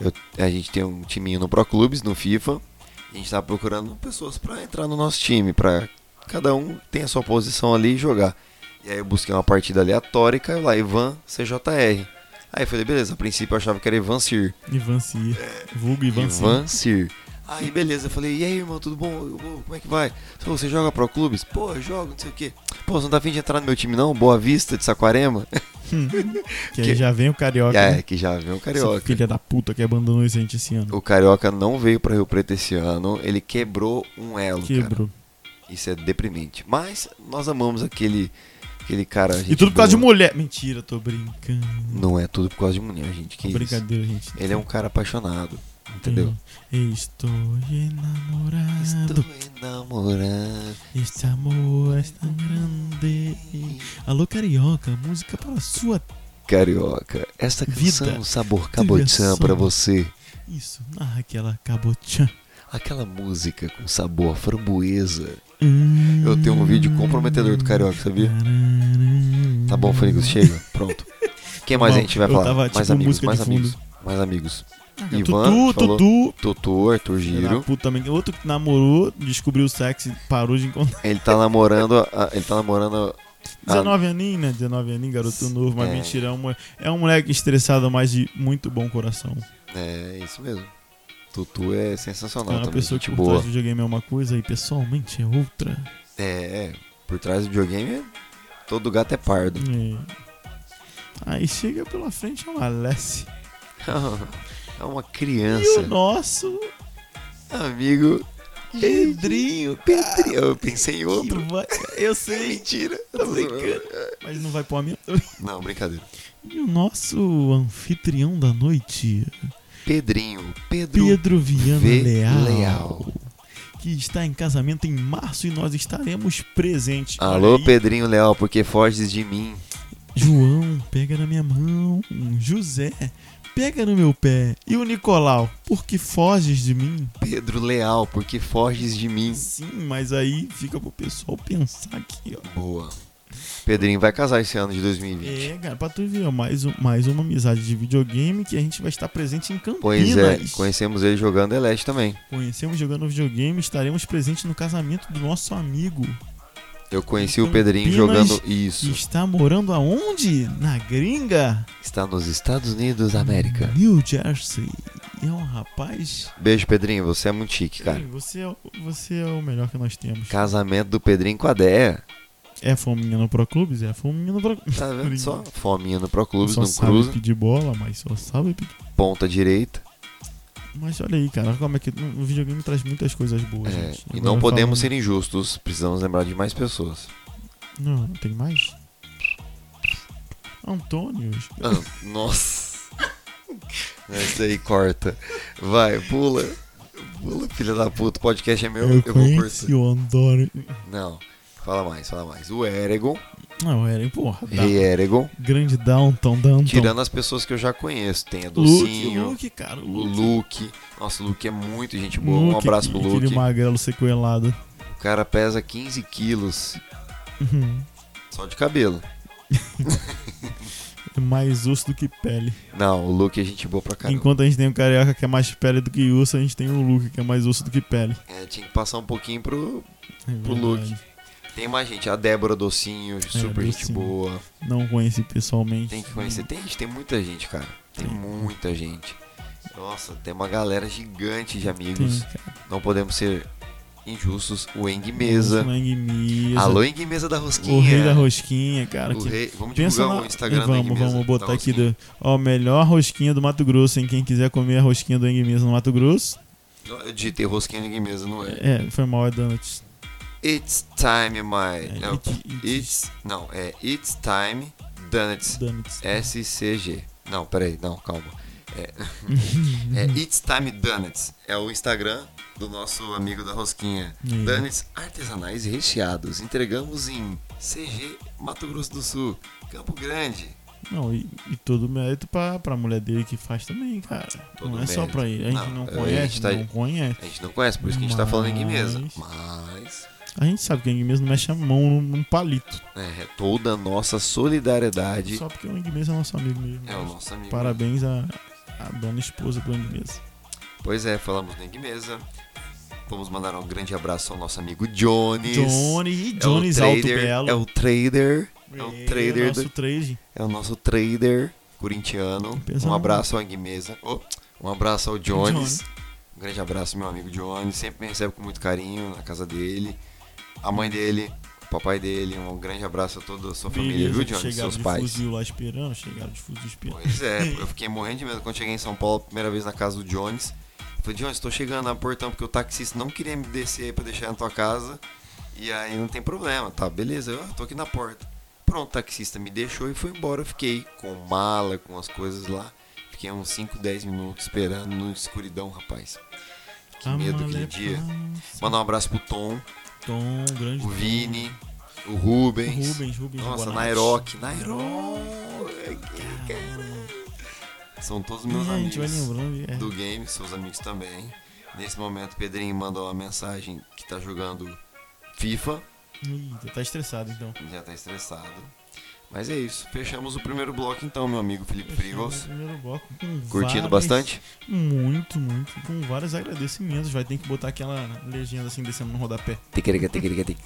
[SPEAKER 1] eu- a gente tem um timinho no Pro Clubes, no FIFA. A gente tava procurando pessoas pra entrar no nosso time, pra cada um tem a sua posição ali e jogar. E aí eu busquei uma partida aleatória e caiu lá, Ivan CJR. Aí eu falei, beleza, a princípio eu achava que era Ivan Sir.
[SPEAKER 2] Ivan Cir. Vulgo Ivan Cir.
[SPEAKER 1] Ivan Sir. Aí beleza, eu falei, e aí irmão, tudo bom? Eu, ô, Como é que vai? Pô, Você joga pro clubes? Pô, eu jogo, não sei o quê. Pô, você não tá afim de entrar no meu time não? Boa Vista de Saquarema?
[SPEAKER 2] Tá Hum. Que aí
[SPEAKER 1] que-
[SPEAKER 2] já vem o Carioca.
[SPEAKER 1] é,
[SPEAKER 2] né?
[SPEAKER 1] que já veio um
[SPEAKER 2] Essa
[SPEAKER 1] carioca.
[SPEAKER 2] Filha da puta que abandonou a gente esse ano.
[SPEAKER 1] O carioca não veio pra Rio Preto esse ano, ele quebrou um elo, cara.
[SPEAKER 2] Quebrou.
[SPEAKER 1] Isso é deprimente. Mas nós amamos aquele aquele cara.
[SPEAKER 2] E tudo por causa de mulher. Mentira, tô brincando.
[SPEAKER 1] Não é tudo por causa de mulher, gente. Que isso?
[SPEAKER 2] Brincadeira, gente.
[SPEAKER 1] Ele é um cara apaixonado, entendeu?
[SPEAKER 2] Eu Estou enamorado.
[SPEAKER 1] Estou enamorado.
[SPEAKER 2] Este amor é tão grande. Alô, carioca, música para sua.
[SPEAKER 1] Carioca, esta canção
[SPEAKER 2] Vida.
[SPEAKER 1] sabor cabotiã
[SPEAKER 2] som.
[SPEAKER 1] pra você.
[SPEAKER 2] Isso, narra aquela cabotchan.
[SPEAKER 1] Aquela música com sabor framboesa.
[SPEAKER 2] Hum.
[SPEAKER 1] Eu tenho um vídeo comprometedor do Carioca, sabia? Tá bom, Frigos, chega. Pronto. Quem mais
[SPEAKER 2] Bom,
[SPEAKER 1] a gente vai
[SPEAKER 2] eu
[SPEAKER 1] falar?
[SPEAKER 2] tava,
[SPEAKER 1] mais
[SPEAKER 2] tipo,
[SPEAKER 1] amigos,
[SPEAKER 2] música
[SPEAKER 1] mais
[SPEAKER 2] de fundo.
[SPEAKER 1] amigos. Mais amigos.
[SPEAKER 2] Ah,
[SPEAKER 1] Ivan
[SPEAKER 2] Tutu,
[SPEAKER 1] falou-
[SPEAKER 2] Tutu.
[SPEAKER 1] Tutu, Arthur
[SPEAKER 2] filha da
[SPEAKER 1] Giro.
[SPEAKER 2] Puta, também. Outro que namorou, descobriu o sexo e parou de encontrar.
[SPEAKER 1] Ele tá namorando. a- ele tá namorando. Ah.
[SPEAKER 2] 19 aninhos, né? 19 aninhos, garoto novo, mas
[SPEAKER 1] É.
[SPEAKER 2] mentira. É um, mole- é um moleque estressado, mas de muito bom coração.
[SPEAKER 1] É, isso mesmo. Tutu é sensacional
[SPEAKER 2] é uma
[SPEAKER 1] também.
[SPEAKER 2] pessoa
[SPEAKER 1] Gente
[SPEAKER 2] que por
[SPEAKER 1] boa.
[SPEAKER 2] trás do videogame é uma coisa e pessoalmente é outra.
[SPEAKER 1] É, é. Por trás do videogame, todo gato é pardo.
[SPEAKER 2] É. Aí chega pela frente é uma Alessi.
[SPEAKER 1] Tá é uma
[SPEAKER 2] E
[SPEAKER 1] criança.
[SPEAKER 2] o nosso
[SPEAKER 1] Amigo.
[SPEAKER 2] Pedrinho,
[SPEAKER 1] Pedrinho. Eu pensei em outro.
[SPEAKER 2] outro vai- Eu sei,
[SPEAKER 1] Mentira.
[SPEAKER 2] Tá brincando. mas não vai pôr a minha.
[SPEAKER 1] Não, brincadeira.
[SPEAKER 2] E o nosso anfitrião da noite,
[SPEAKER 1] Pedrinho. Pedro.
[SPEAKER 2] Pedro Viana
[SPEAKER 1] V.
[SPEAKER 2] Leal,
[SPEAKER 1] Leal.
[SPEAKER 2] que está em casamento em março e nós estaremos presentes.
[SPEAKER 1] Alô,
[SPEAKER 2] Olha aí,
[SPEAKER 1] Pedrinho Leal, porque foges de mim.
[SPEAKER 2] João, pega na minha mão. José, pega no meu pé. E o Nicolau, porque foges de mim?
[SPEAKER 1] Pedro Leal, porque foges de mim.
[SPEAKER 2] Sim, mas aí fica pro pessoal pensar aqui, ó.
[SPEAKER 1] Boa. Pedrinho vai casar esse ano de 2020.
[SPEAKER 2] É, cara, pra tu ver, ó, mais, um- mais uma amizade de videogame que a gente vai estar presente em Campinas.
[SPEAKER 1] Pois é, conhecemos ele jogando Eleste também.
[SPEAKER 2] Conhecemos jogando videogame, estaremos presentes no casamento do nosso amigo,
[SPEAKER 1] Eu conheci o
[SPEAKER 2] Então,
[SPEAKER 1] Pedrinho
[SPEAKER 2] Pinas
[SPEAKER 1] jogando
[SPEAKER 2] que
[SPEAKER 1] isso.
[SPEAKER 2] está morando aonde? Na gringa?
[SPEAKER 1] Está nos Estados Unidos da América.
[SPEAKER 2] New Jersey. E é um rapaz.
[SPEAKER 1] Beijo, Pedrinho. Você é muito chique, cara.
[SPEAKER 2] Ei, Você, é, o- você é o melhor que nós temos.
[SPEAKER 1] Casamento do Pedrinho com a Dea.
[SPEAKER 2] É fominha no Proclubes? É fominha no Proclubes.
[SPEAKER 1] Tá vendo só? Fominha no Proclubes,
[SPEAKER 2] só
[SPEAKER 1] não
[SPEAKER 2] sabe
[SPEAKER 1] cruza.
[SPEAKER 2] pedir bola, mas só sabe pedir.
[SPEAKER 1] Ponta direita.
[SPEAKER 2] Mas olha aí, cara, como é que o videogame traz muitas coisas boas,
[SPEAKER 1] É,
[SPEAKER 2] gente.
[SPEAKER 1] e
[SPEAKER 2] Agora
[SPEAKER 1] não podemos
[SPEAKER 2] falando-
[SPEAKER 1] ser injustos. Precisamos lembrar de mais pessoas.
[SPEAKER 2] Não, não tem mais? Antônio.
[SPEAKER 1] Ah, nossa. Essa aí corta. Vai, pula. Pula, filha da puta. O podcast é meu. Eu, vou
[SPEAKER 2] conheci
[SPEAKER 1] cortar.
[SPEAKER 2] o Antônio.
[SPEAKER 1] Não. Fala mais, fala mais. O Eregon.
[SPEAKER 2] Não, Então. era, porra. da-
[SPEAKER 1] Rei Eregon.
[SPEAKER 2] Grande Downton, Downton.
[SPEAKER 1] Tirando as pessoas que eu já conheço. Tem a
[SPEAKER 2] Luke,
[SPEAKER 1] Docinho,
[SPEAKER 2] Luke, cara.
[SPEAKER 1] o
[SPEAKER 2] Luke.
[SPEAKER 1] Luke. Nossa, o Luke é muito gente boa. um
[SPEAKER 2] Luke,
[SPEAKER 1] abraço pro
[SPEAKER 2] aquele-
[SPEAKER 1] Luke.
[SPEAKER 2] Aquele magrelo sequelado.
[SPEAKER 1] O cara pesa 15 quilos
[SPEAKER 2] Uhum.
[SPEAKER 1] só de cabelo.
[SPEAKER 2] É mais urso do que pele.
[SPEAKER 1] Não, o Luke é gente boa pra caramba.
[SPEAKER 2] Enquanto a gente tem o Carioca que é mais pele do que urso, a gente tem o Luke que é mais urso do que pele.
[SPEAKER 1] É, tinha que passar um pouquinho pro.
[SPEAKER 2] É
[SPEAKER 1] Pro
[SPEAKER 2] verdade.
[SPEAKER 1] Luke. Tem mais gente. A Débora Docinho, super gente
[SPEAKER 2] É, Docinho.
[SPEAKER 1] boa.
[SPEAKER 2] Não conheci pessoalmente.
[SPEAKER 1] Tem que conhecer. Tem gente, tem muita gente, cara. Tem
[SPEAKER 2] Tem.
[SPEAKER 1] muita gente. Nossa, tem uma galera gigante de
[SPEAKER 2] Tem,
[SPEAKER 1] amigos.
[SPEAKER 2] cara.
[SPEAKER 1] Não podemos ser injustos. O Eng Mesa.
[SPEAKER 2] Lang Mesa.
[SPEAKER 1] Alô, Eng Mesa da
[SPEAKER 2] o rei da
[SPEAKER 1] Rosquinha.
[SPEAKER 2] rosquinha, cara.
[SPEAKER 1] O
[SPEAKER 2] que
[SPEAKER 1] rei- Vamos
[SPEAKER 2] Pensa
[SPEAKER 1] divulgar
[SPEAKER 2] na...
[SPEAKER 1] o Instagram do tá Eng
[SPEAKER 2] Vamos,
[SPEAKER 1] Mesa.
[SPEAKER 2] vamos botar
[SPEAKER 1] da
[SPEAKER 2] aqui.
[SPEAKER 1] Rosquinha.
[SPEAKER 2] Do... Ó, melhor rosquinha do Mato Grosso, hein? Quem quiser comer a rosquinha do Eng Mesa no Mato Grosso.
[SPEAKER 1] Não, Eu digitei Rosquinha Eng Mesa, não é?
[SPEAKER 2] É, foi mal, é Donuts.
[SPEAKER 1] It's time, my.
[SPEAKER 2] É,
[SPEAKER 1] não,
[SPEAKER 2] it- it-
[SPEAKER 1] It's. Não, é It's Time Donuts
[SPEAKER 2] Donuts.
[SPEAKER 1] SCG. Não, peraí, não, calma. É, é It's Time Donuts. É o Instagram do nosso amigo da Rosquinha.
[SPEAKER 2] Aí.
[SPEAKER 1] Donuts artesanais e recheados. Entregamos em CG, Mato Grosso do Sul, Campo Grande,
[SPEAKER 2] Não, e, e todo mérito pra, pra mulher dele que faz também, cara.
[SPEAKER 1] Todo
[SPEAKER 2] não é só
[SPEAKER 1] mérito.
[SPEAKER 2] pra ele. A gente
[SPEAKER 1] Não,
[SPEAKER 2] não,
[SPEAKER 1] a
[SPEAKER 2] conhece,
[SPEAKER 1] gente tá-
[SPEAKER 2] não conhece.
[SPEAKER 1] A gente não conhece, por isso que a gente tá falando em mesa.
[SPEAKER 2] Mas-
[SPEAKER 1] Mas.
[SPEAKER 2] A gente sabe que o Inguimês não mexe a mão num, num palito.
[SPEAKER 1] É, toda a nossa solidariedade
[SPEAKER 2] Só porque o Inguimês é nosso amigo mesmo.
[SPEAKER 1] é o nosso amigo.
[SPEAKER 2] Parabéns à, à dona esposa do Inguimês.
[SPEAKER 1] Pois é, falamos do Dengue Mesa. Vamos mandar um grande abraço ao nosso amigo Jones.
[SPEAKER 2] Johnny e
[SPEAKER 1] é o
[SPEAKER 2] Johnny's Alto
[SPEAKER 1] trader-
[SPEAKER 2] Belo.
[SPEAKER 1] É o trader. é o trader
[SPEAKER 2] nosso
[SPEAKER 1] do-
[SPEAKER 2] trade.
[SPEAKER 1] É o nosso trader corintiano.
[SPEAKER 2] Pensa
[SPEAKER 1] um
[SPEAKER 2] no-
[SPEAKER 1] abraço ao Anguimesa. Oh, um abraço ao Jones. Um grande abraço, meu amigo Jones. Sempre me recebe com muito carinho na casa dele. A mãe dele, o papai dele. Um grande abraço a toda a sua família,
[SPEAKER 2] Beleza,
[SPEAKER 1] viu, Jones?
[SPEAKER 2] Chegaram
[SPEAKER 1] Seus
[SPEAKER 2] é de
[SPEAKER 1] pais.
[SPEAKER 2] fuzil lá esperando, chegaram de fuzil esperando.
[SPEAKER 1] Pois é, eu fiquei morrendo de medo quando cheguei em São Paulo, primeira vez na casa do Jones. Eu falei, Jones, tô chegando lá no portão porque o taxista não queria me descer aí pra deixar na tua casa. E aí não tem problema, tá? Beleza, eu ah, tô aqui na porta. Pronto, o taxista me deixou e foi embora. Eu fiquei com mala, com as coisas lá. Fiquei uns 5, 10 minutos esperando na escuridão, rapaz. Que
[SPEAKER 2] A é
[SPEAKER 1] medo aquele
[SPEAKER 2] malé
[SPEAKER 1] dia.
[SPEAKER 2] passa.
[SPEAKER 1] Mandar um abraço pro Tom,
[SPEAKER 2] Tom, um grande.
[SPEAKER 1] o
[SPEAKER 2] Tom.
[SPEAKER 1] Vini, o Rubens.
[SPEAKER 2] Rubens, Rubens.
[SPEAKER 1] Nossa,
[SPEAKER 2] Bonatti.
[SPEAKER 1] Nairoc, Nairoc. São todos meus
[SPEAKER 2] É, a gente vai
[SPEAKER 1] amigos
[SPEAKER 2] lembrando. É.
[SPEAKER 1] do game, seus amigos também. Nesse momento, o Pedrinho mandou uma mensagem que tá jogando FIFA,
[SPEAKER 2] Ih, tá estressado então.
[SPEAKER 1] já tá estressado. Mas é isso, fechamos o primeiro bloco então, meu amigo Felipe Frigos.
[SPEAKER 2] é Primeiro bloco com
[SPEAKER 1] Curtindo
[SPEAKER 2] várias-
[SPEAKER 1] bastante?
[SPEAKER 2] Muito, muito. Com vários agradecimentos. Vai ter que botar aquela legenda assim descendo no rodapé.
[SPEAKER 1] Ticarica, ticarica, tic.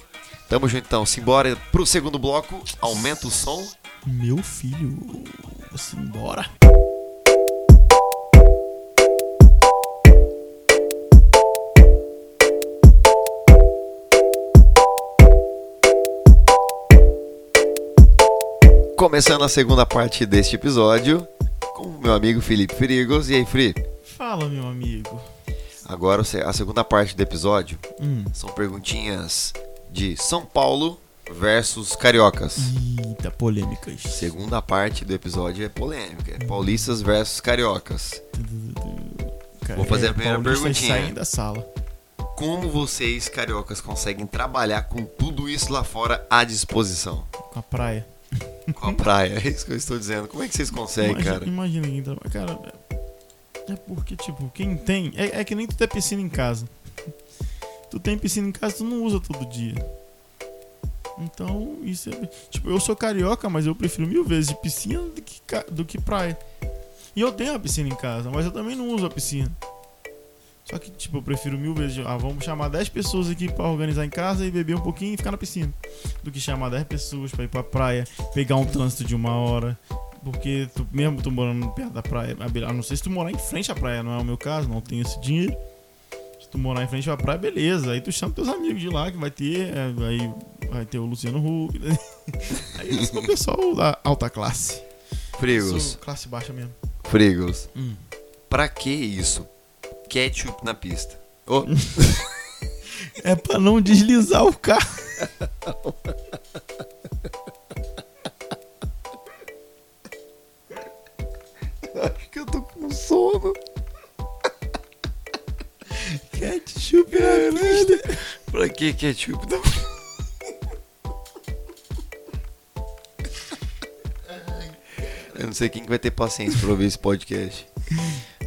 [SPEAKER 1] Tamo junto então, simbora pro segundo bloco, aumenta o som.
[SPEAKER 2] Meu filho, simbora.
[SPEAKER 1] Começando a segunda parte deste episódio com o meu amigo Felipe Frigos. E aí, Fri?
[SPEAKER 2] Fala, meu amigo.
[SPEAKER 1] Agora a segunda parte do episódio
[SPEAKER 2] Hum.
[SPEAKER 1] São perguntinhas de São Paulo versus
[SPEAKER 2] Uhum.
[SPEAKER 1] cariocas.
[SPEAKER 2] Eita, polêmicas.
[SPEAKER 1] Segunda parte do episódio é polêmica. é Paulistas versus cariocas.
[SPEAKER 2] Cara,
[SPEAKER 1] Vou fazer a primeira
[SPEAKER 2] paulistas
[SPEAKER 1] perguntinha.
[SPEAKER 2] saem da sala.
[SPEAKER 1] Como vocês, cariocas, conseguem trabalhar com tudo isso lá fora à disposição?
[SPEAKER 2] Com a praia.
[SPEAKER 1] Com a praia, é isso que eu estou dizendo. Como é que vocês conseguem,
[SPEAKER 2] imagina,
[SPEAKER 1] cara?
[SPEAKER 2] Imagina quem trabalha. Cara, é- é porque, tipo, quem tem. É, é que nem tu ter piscina em casa. Tu tem piscina em casa, tu não usa todo dia. Então, isso é. Tipo, eu sou carioca, mas eu prefiro mil vezes de piscina do que, ca- do que praia. E eu tenho a piscina em casa, mas eu também não uso a piscina. Só que, tipo, eu prefiro mil vezes. de- Ah, vamos chamar 10 pessoas aqui pra organizar em casa e beber um pouquinho e ficar na piscina. Do que chamar 10 pessoas pra ir pra praia, pegar um trânsito de uma hora. Porque tu, mesmo tu morando perto da praia, a beira- a não sei se tu morar em frente à praia, não é o meu caso, não tenho esse dinheiro. Se tu morar em frente à praia, beleza. Aí tu chama teus amigos de lá que vai ter. é, Aí vai ter o Luciano Huck. né? Aí eles são o pessoal da alta classe.
[SPEAKER 1] Frigos,
[SPEAKER 2] Sou classe baixa mesmo.
[SPEAKER 1] frigos. Pra que isso? Ketchup na pista. Ô,
[SPEAKER 2] É pra não deslizar o carro.
[SPEAKER 1] acho que eu tô com sono.
[SPEAKER 2] Ketchup na pista.
[SPEAKER 1] Pra que ketchup na Eu não sei quem que vai ter paciência pra ouvir esse podcast.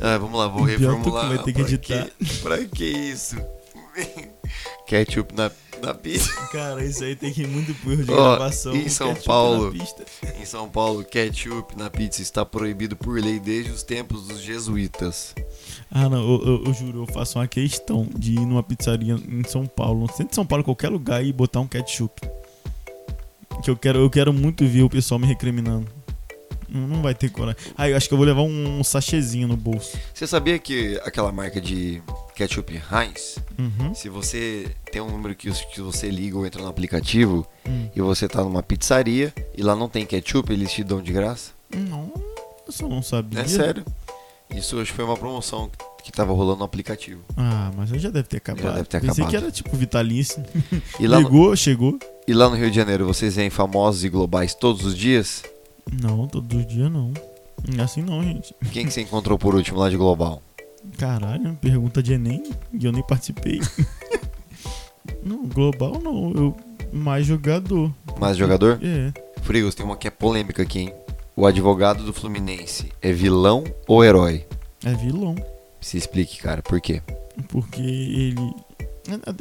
[SPEAKER 1] Ah, vamos lá, vou
[SPEAKER 2] O pior é tu que
[SPEAKER 1] reformular.
[SPEAKER 2] vai ter que
[SPEAKER 1] Pra
[SPEAKER 2] editar.
[SPEAKER 1] pra que isso? Ketchup na, na pizza.
[SPEAKER 2] Cara, isso aí tem que ir muito por de
[SPEAKER 1] Ó,
[SPEAKER 2] gravação.
[SPEAKER 1] em São
[SPEAKER 2] ketchup na
[SPEAKER 1] Paulo.
[SPEAKER 2] pista.
[SPEAKER 1] Em São Paulo, ketchup na pizza está proibido por lei desde os tempos dos jesuítas.
[SPEAKER 2] Ah, não, eu, eu- eu juro, eu faço uma questão de ir numa pizzaria em São Paulo, no centro de São Paulo, qualquer lugar, e botar um ketchup. Que eu quero, eu quero muito ver o pessoal me recriminando. Não não vai ter coragem. Ah, eu acho que eu vou levar um sachêzinho no bolso.
[SPEAKER 1] Você sabia que aquela marca de ketchup Heinz,
[SPEAKER 2] Uhum.
[SPEAKER 1] se você tem um número que, que você liga ou entra no aplicativo,
[SPEAKER 2] Hum.
[SPEAKER 1] e você tá numa pizzaria e lá não tem ketchup, eles te dão de graça?
[SPEAKER 2] Não, eu só não sabia.
[SPEAKER 1] É sério. Isso hoje foi uma promoção que tava rolando no aplicativo.
[SPEAKER 2] Ah, mas aí já deve ter acabado.
[SPEAKER 1] deve ter
[SPEAKER 2] Pensei
[SPEAKER 1] acabado.
[SPEAKER 2] que era tipo vitalice.
[SPEAKER 1] E lá, no,
[SPEAKER 2] Ligou, chegou.
[SPEAKER 1] e lá no Rio de Janeiro, vocês veem famosos e globais todos os dias?
[SPEAKER 2] Não, todo dia não. Não é Assim não, gente.
[SPEAKER 1] Quem que você encontrou por último lá de global?
[SPEAKER 2] Caralho, pergunta de Enem e eu nem participei. não, global não, eu mais jogador.
[SPEAKER 1] Mais jogador?
[SPEAKER 2] É.
[SPEAKER 1] Frigos, tem uma que é polêmica aqui, hein? O advogado do Fluminense é vilão ou herói?
[SPEAKER 2] É vilão.
[SPEAKER 1] Se explique, cara, por quê?
[SPEAKER 2] Porque ele.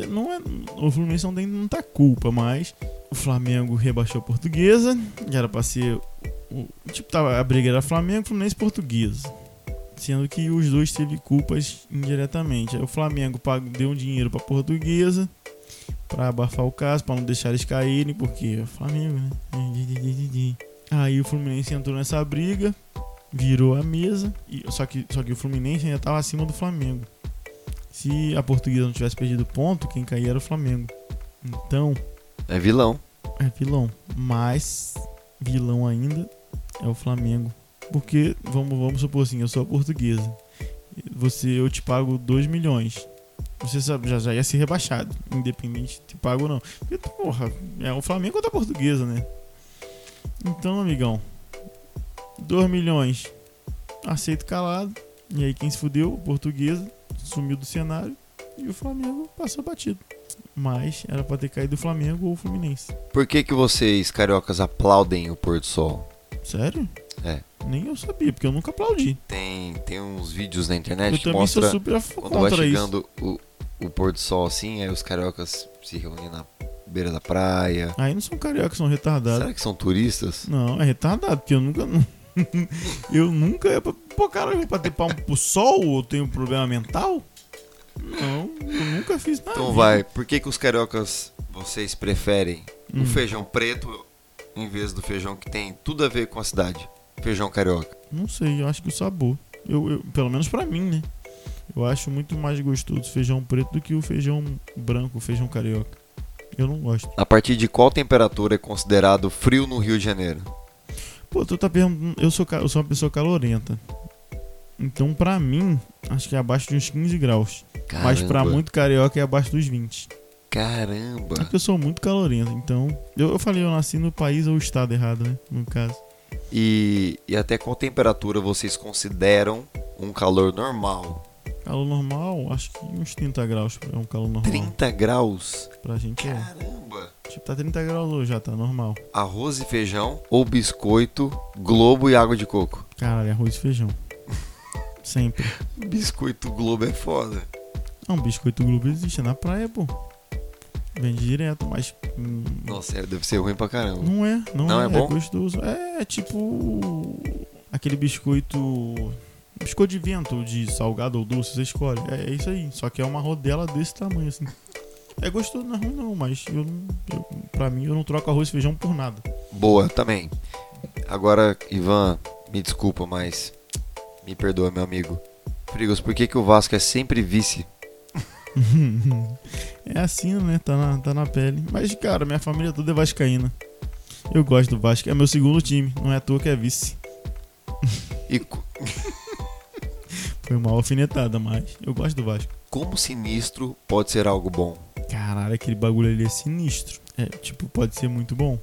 [SPEAKER 2] Não é, o Fluminense não tem muita culpa, mas o Flamengo rebaixou a portuguesa, que era pra ser. o- tipo, tava, a briga era Flamengo, Fluminense e portuguesa. Sendo que os dois teve culpas indiretamente. Aí o Flamengo pagou, deu um dinheiro pra portuguesa pra abafar o caso, pra não deixar eles caírem, porque é o Flamengo, né? Aí o Fluminense entrou nessa briga, virou a mesa, e, só, que, só que o Fluminense ainda tava acima do Flamengo. Se a portuguesa não tivesse perdido ponto, quem caía era o Flamengo. Então,
[SPEAKER 1] É vilão.
[SPEAKER 2] é vilão. Mas vilão ainda é o Flamengo. Porque, vamos, vamos supor assim, eu sou a portuguesa. Você, eu te pago 2 milhões. Você sabe, já, já ia ser rebaixado, independente de te pago ou não. Porque, porra, é o Flamengo contra a portuguesa, né? Então, amigão, 2 milhões, aceito calado. E aí quem se fudeu, a portuguesa, sumiu do cenário e o Flamengo passou batido. Mas era pra ter caído o Flamengo ou o Fluminense.
[SPEAKER 1] Por que, que vocês, cariocas, aplaudem o pôr do sol?
[SPEAKER 2] Sério?
[SPEAKER 1] É.
[SPEAKER 2] Nem eu sabia, porque eu nunca aplaudi.
[SPEAKER 1] Tem, tem uns vídeos na internet
[SPEAKER 2] eu
[SPEAKER 1] que
[SPEAKER 2] também sou
[SPEAKER 1] É, mostra
[SPEAKER 2] super a f-
[SPEAKER 1] quando vai
[SPEAKER 2] contra isso.
[SPEAKER 1] chegando o, o pôr do sol assim, aí os cariocas se reúnem na beira da praia.
[SPEAKER 2] Aí não um são cariocas, são retardados.
[SPEAKER 1] Será que são turistas?
[SPEAKER 2] Não, é retardado, porque eu nunca. eu nunca. ia pra- Pô, cara, eu vou bater palma pro sol ou tenho problema mental? Não, eu nunca fiz nada.
[SPEAKER 1] Então vai, por que, que os cariocas vocês preferem o
[SPEAKER 2] Hum.
[SPEAKER 1] feijão preto em vez do feijão que tem tudo a ver com a cidade? Feijão carioca.
[SPEAKER 2] Não sei, eu acho que o sabor. Eu, eu- pelo menos pra mim, né? Eu acho muito mais gostoso o feijão preto do que o feijão branco, o feijão carioca. Eu não gosto.
[SPEAKER 1] A partir de qual temperatura é considerado frio no Rio de Janeiro?
[SPEAKER 2] Pô, tu tá perguntando. Eu sou, ca- eu sou uma pessoa calorenta. Então, pra mim, acho que é abaixo de uns 15 graus. Mas pra muito carioca é abaixo dos 20.
[SPEAKER 1] Caramba!
[SPEAKER 2] É porque eu sou muito calorento. Então, eu, eu falei, eu nasci no país ou estado errado, né? No caso.
[SPEAKER 1] E, e até qual temperatura vocês consideram um calor normal?
[SPEAKER 2] Calor normal, acho que uns 30 graus é um calor normal.
[SPEAKER 1] 30 graus?
[SPEAKER 2] Pra gente é.
[SPEAKER 1] Caramba!
[SPEAKER 2] Tipo, tá 30 graus hoje já, tá normal.
[SPEAKER 1] Arroz e feijão, ou biscoito, globo e água de coco.
[SPEAKER 2] Caralho, é arroz e feijão. Sempre.
[SPEAKER 1] Biscoito globo é foda.
[SPEAKER 2] Não, biscoito Globo existe, é na praia, pô. Vende direto, mas. hum,
[SPEAKER 1] Nossa, é, deve ser ruim pra caramba.
[SPEAKER 2] Não é, não,
[SPEAKER 1] Não
[SPEAKER 2] é,
[SPEAKER 1] é bom?
[SPEAKER 2] gostoso. É, tipo aquele biscoito. Biscoito de vento, de salgado ou doce, você escolhe. É, é isso aí. Só que é uma rodela desse tamanho, assim. É gostoso, não é ruim não, mas eu, não- eu, pra mim eu não troco arroz e feijão por nada.
[SPEAKER 1] Boa, também. Agora, Ivan, me desculpa, mas me perdoa, meu amigo. Frigos, por que, que o Vasco é sempre vice?
[SPEAKER 2] é assim, né? Tá na, tá na pele. Mas, cara, minha família toda é vascaína. Eu gosto do Vasco, é meu segundo time, não é à toa que é vice.
[SPEAKER 1] E co-
[SPEAKER 2] Foi uma alfinetada, mas eu gosto do Vasco.
[SPEAKER 1] como sinistro pode ser algo bom?
[SPEAKER 2] Caralho, aquele bagulho ali é sinistro. É, tipo, pode ser muito bom.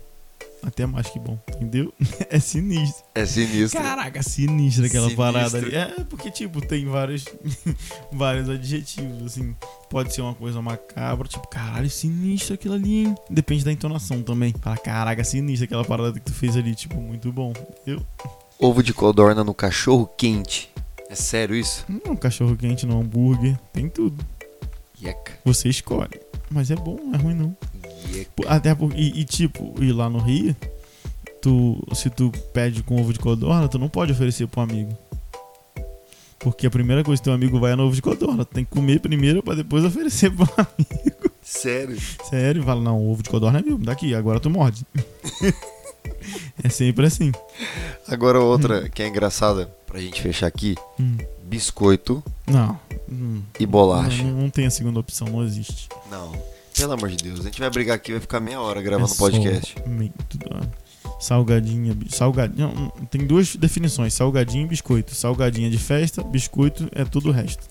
[SPEAKER 2] Até mais que bom, entendeu? É sinistro.
[SPEAKER 1] É sinistro.
[SPEAKER 2] Caraca, sinistro aquela
[SPEAKER 1] Sinistro.
[SPEAKER 2] parada ali. É, porque, tipo, tem vários, vários adjetivos, assim. Pode ser uma coisa macabra, tipo, caralho, sinistro aquilo ali, hein? Depende da entonação também. Fala, caraca, sinistro aquela parada que tu fez ali, tipo, muito bom. Eu,
[SPEAKER 1] Ovo de codorna no cachorro quente. É sério isso?
[SPEAKER 2] não, um cachorro quente, não, é hambúrguer, tem tudo.
[SPEAKER 1] Yeca.
[SPEAKER 2] Você escolhe. Mas é bom, não é ruim não.
[SPEAKER 1] Yeca.
[SPEAKER 2] Pô, Até porque, e, e, tipo, e lá no Rio, tu, se tu pede com ovo de codorna, tu não pode oferecer pro amigo. Porque a primeira coisa que teu amigo vai é no ovo de codorna. Tu tem que comer primeiro pra depois oferecer pro amigo.
[SPEAKER 1] Sério?
[SPEAKER 2] Sério, e fala, não, ovo de codorna é meu, daqui, agora tu morde. é sempre assim.
[SPEAKER 1] Agora outra que é engraçada, pra gente fechar aqui.
[SPEAKER 2] Hum,
[SPEAKER 1] Biscoito
[SPEAKER 2] Não. Hum,
[SPEAKER 1] e
[SPEAKER 2] não,
[SPEAKER 1] bolacha.
[SPEAKER 2] não, não tem a segunda opção, não existe.
[SPEAKER 1] Não. Pelo amor de Deus, a gente vai brigar aqui, vai ficar meia hora
[SPEAKER 2] É
[SPEAKER 1] gravando
[SPEAKER 2] só
[SPEAKER 1] podcast.
[SPEAKER 2] meio- tudo, ó. Salgadinha, bi- salgadinha. não, não, Tem duas definições: salgadinho e biscoito. Salgadinha de festa, biscoito é tudo o resto.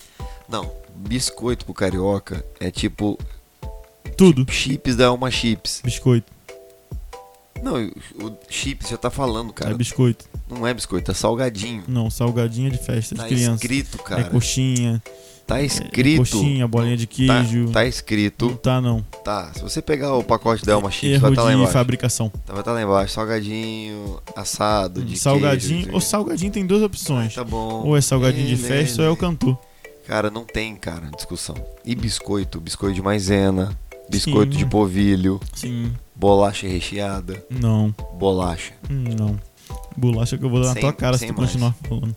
[SPEAKER 1] Não, biscoito pro carioca é tipo
[SPEAKER 2] Tudo.
[SPEAKER 1] chips da Alma Chips.
[SPEAKER 2] Biscoito. é
[SPEAKER 1] Não, o o chips já tá falando, cara.
[SPEAKER 2] É biscoito.
[SPEAKER 1] Não é biscoito, é salgadinho.
[SPEAKER 2] Não, salgadinha de festa
[SPEAKER 1] Tá
[SPEAKER 2] de criança.
[SPEAKER 1] escrito, cara.
[SPEAKER 2] É coxinha,
[SPEAKER 1] Tá escrito.
[SPEAKER 2] Coxinha, bolinha de
[SPEAKER 1] Tá,
[SPEAKER 2] queijo.
[SPEAKER 1] tá
[SPEAKER 2] Não
[SPEAKER 1] escrito.
[SPEAKER 2] tá, não.
[SPEAKER 1] Tá. Se você pegar o pacote da Elma Chips, vai
[SPEAKER 2] Erro
[SPEAKER 1] estar lá
[SPEAKER 2] de
[SPEAKER 1] embaixo.
[SPEAKER 2] fabricação.
[SPEAKER 1] Tá, vai estar lá embaixo. Salgadinho, assado, de
[SPEAKER 2] Hum, salgadinho.
[SPEAKER 1] queijo,
[SPEAKER 2] o salgadinho tem duas opções.
[SPEAKER 1] Tá bom.
[SPEAKER 2] Ou é salgadinho de
[SPEAKER 1] Lê,
[SPEAKER 2] festa
[SPEAKER 1] lê,
[SPEAKER 2] ou é o
[SPEAKER 1] lê.
[SPEAKER 2] cantor.
[SPEAKER 1] Cara, não tem, cara, discussão. E biscoito? Biscoito de maisena, biscoito
[SPEAKER 2] Sim.
[SPEAKER 1] de polvilho,
[SPEAKER 2] Sim.
[SPEAKER 1] bolacha recheada,
[SPEAKER 2] Não.
[SPEAKER 1] bolacha.
[SPEAKER 2] Hum, Não. Bolacha que eu vou dar
[SPEAKER 1] Sem-
[SPEAKER 2] na tua cara se
[SPEAKER 1] sem
[SPEAKER 2] tu
[SPEAKER 1] mais.
[SPEAKER 2] continuar falando.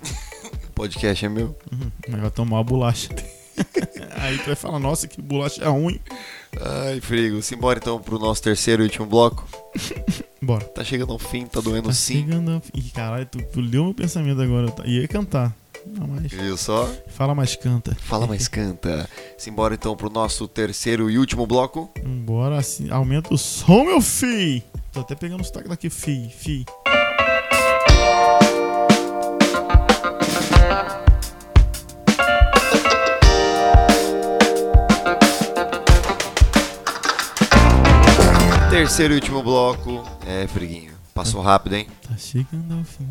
[SPEAKER 1] O podcast é meu.
[SPEAKER 2] Uhum, Mas vai tomar uma bolacha. Aí tu vai falar, nossa, que bolacha é ruim.
[SPEAKER 1] Ai, frigo. Simbora então pro nosso terceiro e último bloco.
[SPEAKER 2] Bora.
[SPEAKER 1] Tá chegando ao fim, tá
[SPEAKER 2] Tá
[SPEAKER 1] doendo sim.
[SPEAKER 2] chegando ao fim. Ih, caralho, tu, tu leu meu pensamento agora. Eu ta- ia cantar. Não, mas.
[SPEAKER 1] Viu só?
[SPEAKER 2] Fala mais, canta.
[SPEAKER 1] Fala mais canta. Simbora então pro nosso terceiro e último bloco.
[SPEAKER 2] Bora, assim, aumenta o som, meu fi. Tô até pegando o sotaque daqui, fi, fi.
[SPEAKER 1] Terceiro e último bloco. É, friguinho. Passou rápido, hein?
[SPEAKER 2] Tá chegando ao fim.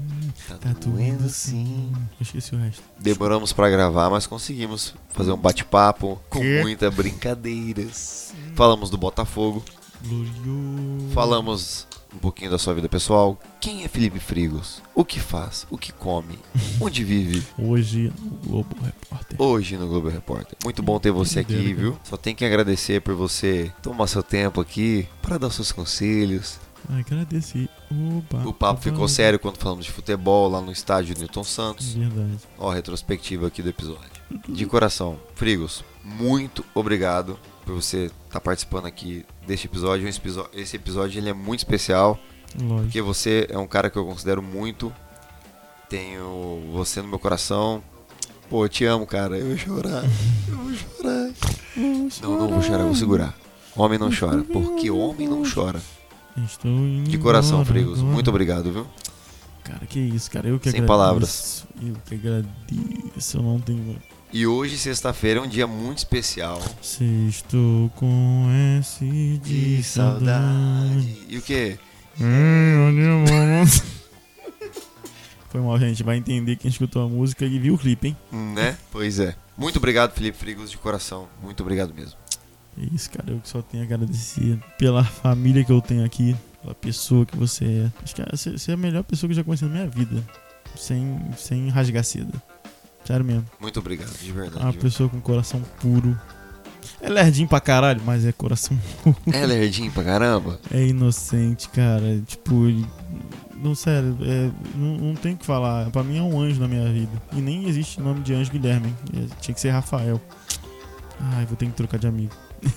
[SPEAKER 1] Tá,
[SPEAKER 2] Tá doendo sim. Eu esqueci o resto.
[SPEAKER 1] Demoramos pra gravar, mas conseguimos fazer um bate-papo com
[SPEAKER 2] Quê?
[SPEAKER 1] muita brincadeiras. Falamos do Botafogo,
[SPEAKER 2] Glorioso.
[SPEAKER 1] falamos um pouquinho da sua vida pessoal. Quem é Felipe Frigos? O que faz? O que come? Onde vive?
[SPEAKER 2] Hoje, no Globo Repórter.
[SPEAKER 1] Hoje no Globo Repórter. Muito bom ter você aqui, viu? Só tem que agradecer por você tomar seu tempo aqui para dar seus conselhos.
[SPEAKER 2] Agradeci. Oba,
[SPEAKER 1] O papo
[SPEAKER 2] oba,
[SPEAKER 1] ficou
[SPEAKER 2] oba.
[SPEAKER 1] sério quando falamos de futebol lá no estádio Newton Santos.
[SPEAKER 2] Verdade.
[SPEAKER 1] Ó, a retrospectiva aqui do episódio. De coração, Frigos, muito obrigado por você estar participando aqui deste episódio. Esse episódio, esse episódio ele é muito especial,
[SPEAKER 2] Lógico.
[SPEAKER 1] porque você é um cara que eu considero muito. Tenho você no meu coração. Pô, eu te amo, cara. Eu vou chorar. Eu vou chorar. Não, não vou chorar, eu vou segurar. Homem não chora, porque homem não chora.
[SPEAKER 2] Estou indo
[SPEAKER 1] De coração,
[SPEAKER 2] embora
[SPEAKER 1] Frigos,
[SPEAKER 2] agora.
[SPEAKER 1] muito obrigado, viu?
[SPEAKER 2] Cara, que isso, cara. Eu que
[SPEAKER 1] Sem
[SPEAKER 2] agradeço.
[SPEAKER 1] palavras.
[SPEAKER 2] Eu que agradeço. Eu não tenho.
[SPEAKER 1] E hoje, sexta-feira, é um dia muito especial.
[SPEAKER 2] Se estou com S de,
[SPEAKER 1] De
[SPEAKER 2] saudade.
[SPEAKER 1] saudade. E o que?
[SPEAKER 2] Hum, onde eu moro? Foi mal, gente. Vai entender quem escutou a música e viu o clipe, hein?
[SPEAKER 1] Né? Pois é. Muito obrigado, Felipe Frigos, de coração. Muito obrigado mesmo.
[SPEAKER 2] É isso, cara. Eu que só tenho a agradecer pela família que eu tenho aqui, pela pessoa que você é. Acho que você você é a melhor pessoa que eu já conheci na minha vida. Sem, sem rasgar seda. Sério mesmo.
[SPEAKER 1] Muito obrigado, de
[SPEAKER 2] É uma
[SPEAKER 1] verdade. viu?
[SPEAKER 2] pessoa com coração puro. É lerdinho pra caralho, mas é coração.
[SPEAKER 1] É lerdinho pra caramba?
[SPEAKER 2] É inocente, cara. Tipo, ele- não, sério, é, não, não tem o que falar. Pra mim é um anjo na minha vida. E nem existe nome de anjo Guilherme. hein? É, Tinha que ser Rafael. Ai, vou ter que trocar de amigo.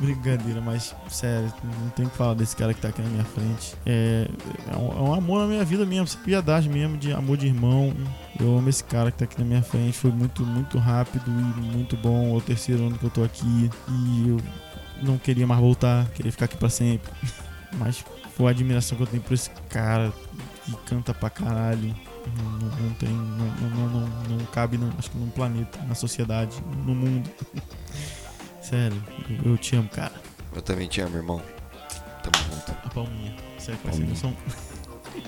[SPEAKER 2] Brincadeira, mas sério, não tem o que falar desse cara que tá aqui na minha frente. É, é um, é um amor na minha vida mesmo, sem piedade mesmo, de amor de irmão. Eu amo esse cara que tá aqui na minha frente. Foi muito, muito rápido e muito bom. É o terceiro ano que eu tô aqui. E eu não queria mais voltar, queria ficar aqui pra sempre. Mas foi a admiração que eu tenho por esse cara que canta pra caralho. Não, não- não tem. Não, não, não, não- não cabe, não, acho que num planeta, na sociedade, no mundo. Sério, eu, eu te amo, cara.
[SPEAKER 1] Eu também te amo, irmão. Tamo junto.
[SPEAKER 2] A palminha. Sério, com essa
[SPEAKER 1] Palminha.
[SPEAKER 2] emoção.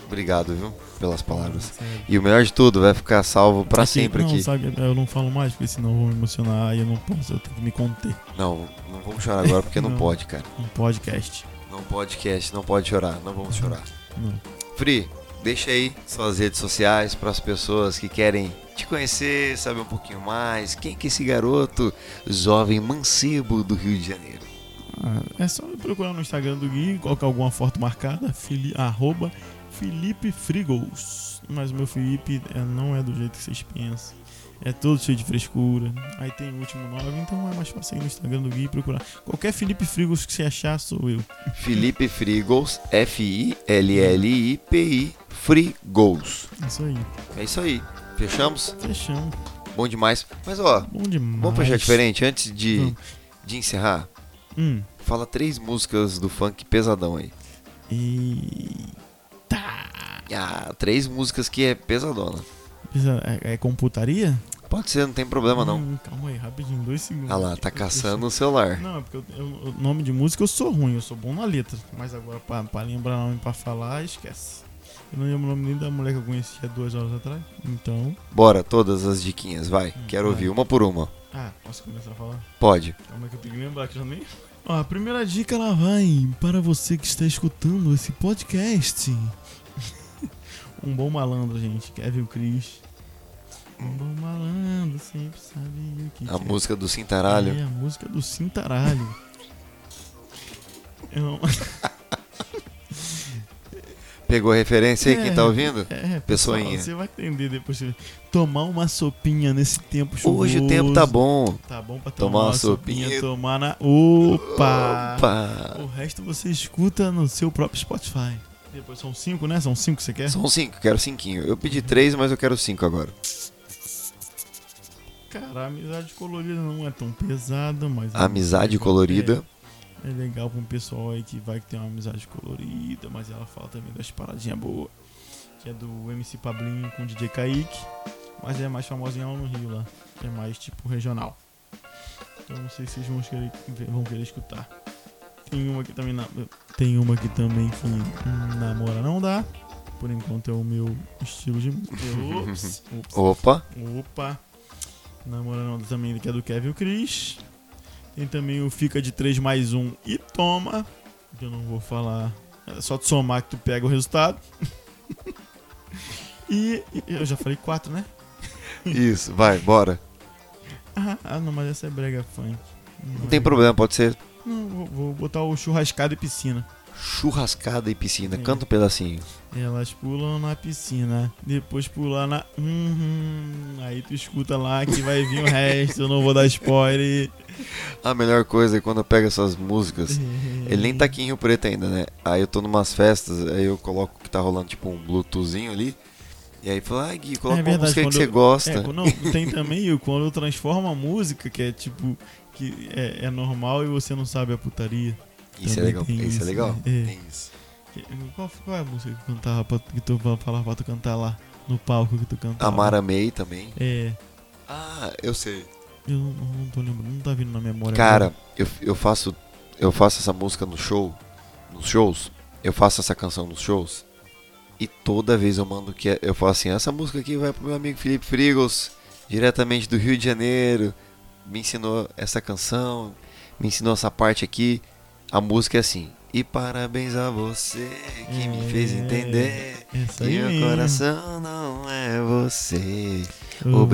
[SPEAKER 1] Obrigado, viu? Pelas palavras.
[SPEAKER 2] Sério.
[SPEAKER 1] E o melhor de tudo, vai ficar salvo pra
[SPEAKER 2] Aqui,
[SPEAKER 1] sempre
[SPEAKER 2] não,
[SPEAKER 1] aqui.
[SPEAKER 2] Sabe, eu não falo mais, porque senão eu vou me emocionar e eu não posso, eu tenho que me conter.
[SPEAKER 1] Não, não vamos chorar agora porque não,
[SPEAKER 2] Não.
[SPEAKER 1] pode, cara.
[SPEAKER 2] Um podcast.
[SPEAKER 1] Não pode cast, não pode chorar, não vamos chorar.
[SPEAKER 2] Não.
[SPEAKER 1] Fri, deixa aí suas redes sociais para as pessoas que querem te conhecer, saber um pouquinho mais. Quem que é esse garoto jovem mancebo do Rio de Janeiro?
[SPEAKER 2] Ah, é só me procurar no Instagram do Gui, colocar alguma foto marcada, fili, arroba Felipe Frigos. Mas o meu Felipe é, não é do jeito que vocês pensam. É todo cheio de frescura. Aí tem o último nome, então é mais fácil ir no Instagram do Gui e procurar. Qualquer Felipe Frigos que você achar, sou eu.
[SPEAKER 1] Felipe Frigos, F-I-L-L-I-P-I, Frigos.
[SPEAKER 2] É Isso aí.
[SPEAKER 1] É isso aí, fechamos?
[SPEAKER 2] Fechamos.
[SPEAKER 1] Bom demais. Mas ó,
[SPEAKER 2] Bom demais.
[SPEAKER 1] vamos fechar diferente antes de,
[SPEAKER 2] Vamos.
[SPEAKER 1] de encerrar.
[SPEAKER 2] Hum.
[SPEAKER 1] Fala três músicas do funk pesadão aí.
[SPEAKER 2] Eita.
[SPEAKER 1] Ah, três músicas que é pesadona.
[SPEAKER 2] tá. Precisa- É, é computaria?
[SPEAKER 1] Pode ser, não tem problema não.
[SPEAKER 2] Hum, calma aí, rapidinho, dois segundos.
[SPEAKER 1] Ah lá, tá
[SPEAKER 2] Eu- eu-
[SPEAKER 1] caçando o celular.
[SPEAKER 2] Não, é porque eu, eu- o nome de música eu sou ruim, eu sou bom na letra. Mas agora, pra, pra lembrar nome pra falar, esquece. Eu não lembro o nome nem da mulher que eu conheci há duas horas atrás. Então.
[SPEAKER 1] Bora, todas as diquinhas, vai. Quero
[SPEAKER 2] Hum, vai.
[SPEAKER 1] ouvir uma por uma.
[SPEAKER 2] Ah, posso começar a falar?
[SPEAKER 1] Pode.
[SPEAKER 2] Calma que eu tenho que lembrar que eu também. Ó, a primeira dica ela vai para você que está escutando esse podcast. um bom malandro, gente. Kevin Cris. Um bom malandro sempre sabe o que
[SPEAKER 1] A
[SPEAKER 2] quer.
[SPEAKER 1] música do Cintaralho.
[SPEAKER 2] É, a música do Cintaralho. é, um-
[SPEAKER 1] Pegou a referência aí, quem tá
[SPEAKER 2] É.
[SPEAKER 1] ouvindo?
[SPEAKER 2] é, pessoal,
[SPEAKER 1] Pessoinha.
[SPEAKER 2] Você vai entender depois. que- Tomar uma sopinha nesse tempo chuvoso.
[SPEAKER 1] Hoje o tempo tá bom.
[SPEAKER 2] Tá bom pra tomar,
[SPEAKER 1] Tomar uma
[SPEAKER 2] uma sopinha,
[SPEAKER 1] sopinha.
[SPEAKER 2] tomar na... Opa!
[SPEAKER 1] Opa!
[SPEAKER 2] O resto você escuta no seu próprio Spotify. Depois são cinco, né? São cinco que você quer?
[SPEAKER 1] São cinco, quero cinquinho. Eu pedi três, mas eu quero cinco agora.
[SPEAKER 2] Cara, a amizade colorida não é tão pesada, mas...
[SPEAKER 1] Amizade
[SPEAKER 2] é-
[SPEAKER 1] colorida.
[SPEAKER 2] É, é legal pra um pessoal aí que vai que tem uma amizade colorida, mas ela fala também das paradinhas boas. Que é do MC Pablinho com o DJ Kaique. Mas é mais famosinha lá no Rio, lá. É mais, tipo, regional. Então não sei se vocês vão querer, vão querer escutar. Tem uma que também... Na, tem uma que também que hum, namora não dá. Por enquanto é o meu estilo de... Ops, ops.
[SPEAKER 1] Opa!
[SPEAKER 2] Opa! Namorando também que é do Kevin e o Chris. Tem também o Fica de 3 mais 1 e toma. Que eu não vou falar. É só tu somar que tu pega o resultado. e, e- eu já falei 4, né?
[SPEAKER 1] Isso, vai, bora.
[SPEAKER 2] Ah, ah, não, mas essa é brega funk.
[SPEAKER 1] Não
[SPEAKER 2] é-
[SPEAKER 1] tem problema, pode ser
[SPEAKER 2] Não, vou, vou botar o churrascado e piscina.
[SPEAKER 1] churrascada e piscina.
[SPEAKER 2] Sim.
[SPEAKER 1] Canta um pedacinho.
[SPEAKER 2] Elas pulam na piscina, depois pular na. Uhum, aí tu escuta lá que vai vir o resto, eu não vou dar spoiler.
[SPEAKER 1] A melhor coisa é quando eu pego essas músicas. Ele nem tá aqui em Rio Preto ainda, né? Aí eu tô numas festas, aí eu coloco que tá rolando tipo um Bluetoothzinho ali. E aí fala, ai Gui, coloca
[SPEAKER 2] É
[SPEAKER 1] uma
[SPEAKER 2] verdade,
[SPEAKER 1] música aí que
[SPEAKER 2] quando
[SPEAKER 1] você
[SPEAKER 2] eu-
[SPEAKER 1] gosta.
[SPEAKER 2] É, quando- não, tem também o quando eu transformo a música, que é tipo, que é, é normal e você não sabe a putaria.
[SPEAKER 1] Isso é
[SPEAKER 2] Também
[SPEAKER 1] legal,
[SPEAKER 2] tem
[SPEAKER 1] isso
[SPEAKER 2] isso,
[SPEAKER 1] é legal.
[SPEAKER 2] né? É.
[SPEAKER 1] Tem isso.
[SPEAKER 2] Que- Qual, qual é a música que, cantava pra, que tu fa- falava pra tu cantar lá? No palco que tu cantava?
[SPEAKER 1] Amara May também.
[SPEAKER 2] É,
[SPEAKER 1] Ah, eu sei.
[SPEAKER 2] eu não, não tô lembrando, não tá vindo na memória.
[SPEAKER 1] Cara, eu, eu faço eu faço essa música no show, nos shows. Eu faço essa canção nos shows. E toda vez eu mando que é- eu falo assim, essa música aqui vai pro meu amigo Felipe Frigos, diretamente do Rio de Janeiro. Me ensinou essa canção, me ensinou essa parte aqui. A música é assim. E parabéns a você que me fez
[SPEAKER 2] É,
[SPEAKER 1] entender
[SPEAKER 2] agora. Essa
[SPEAKER 1] que
[SPEAKER 2] aí
[SPEAKER 1] meu
[SPEAKER 2] mesmo.
[SPEAKER 1] coração não é você.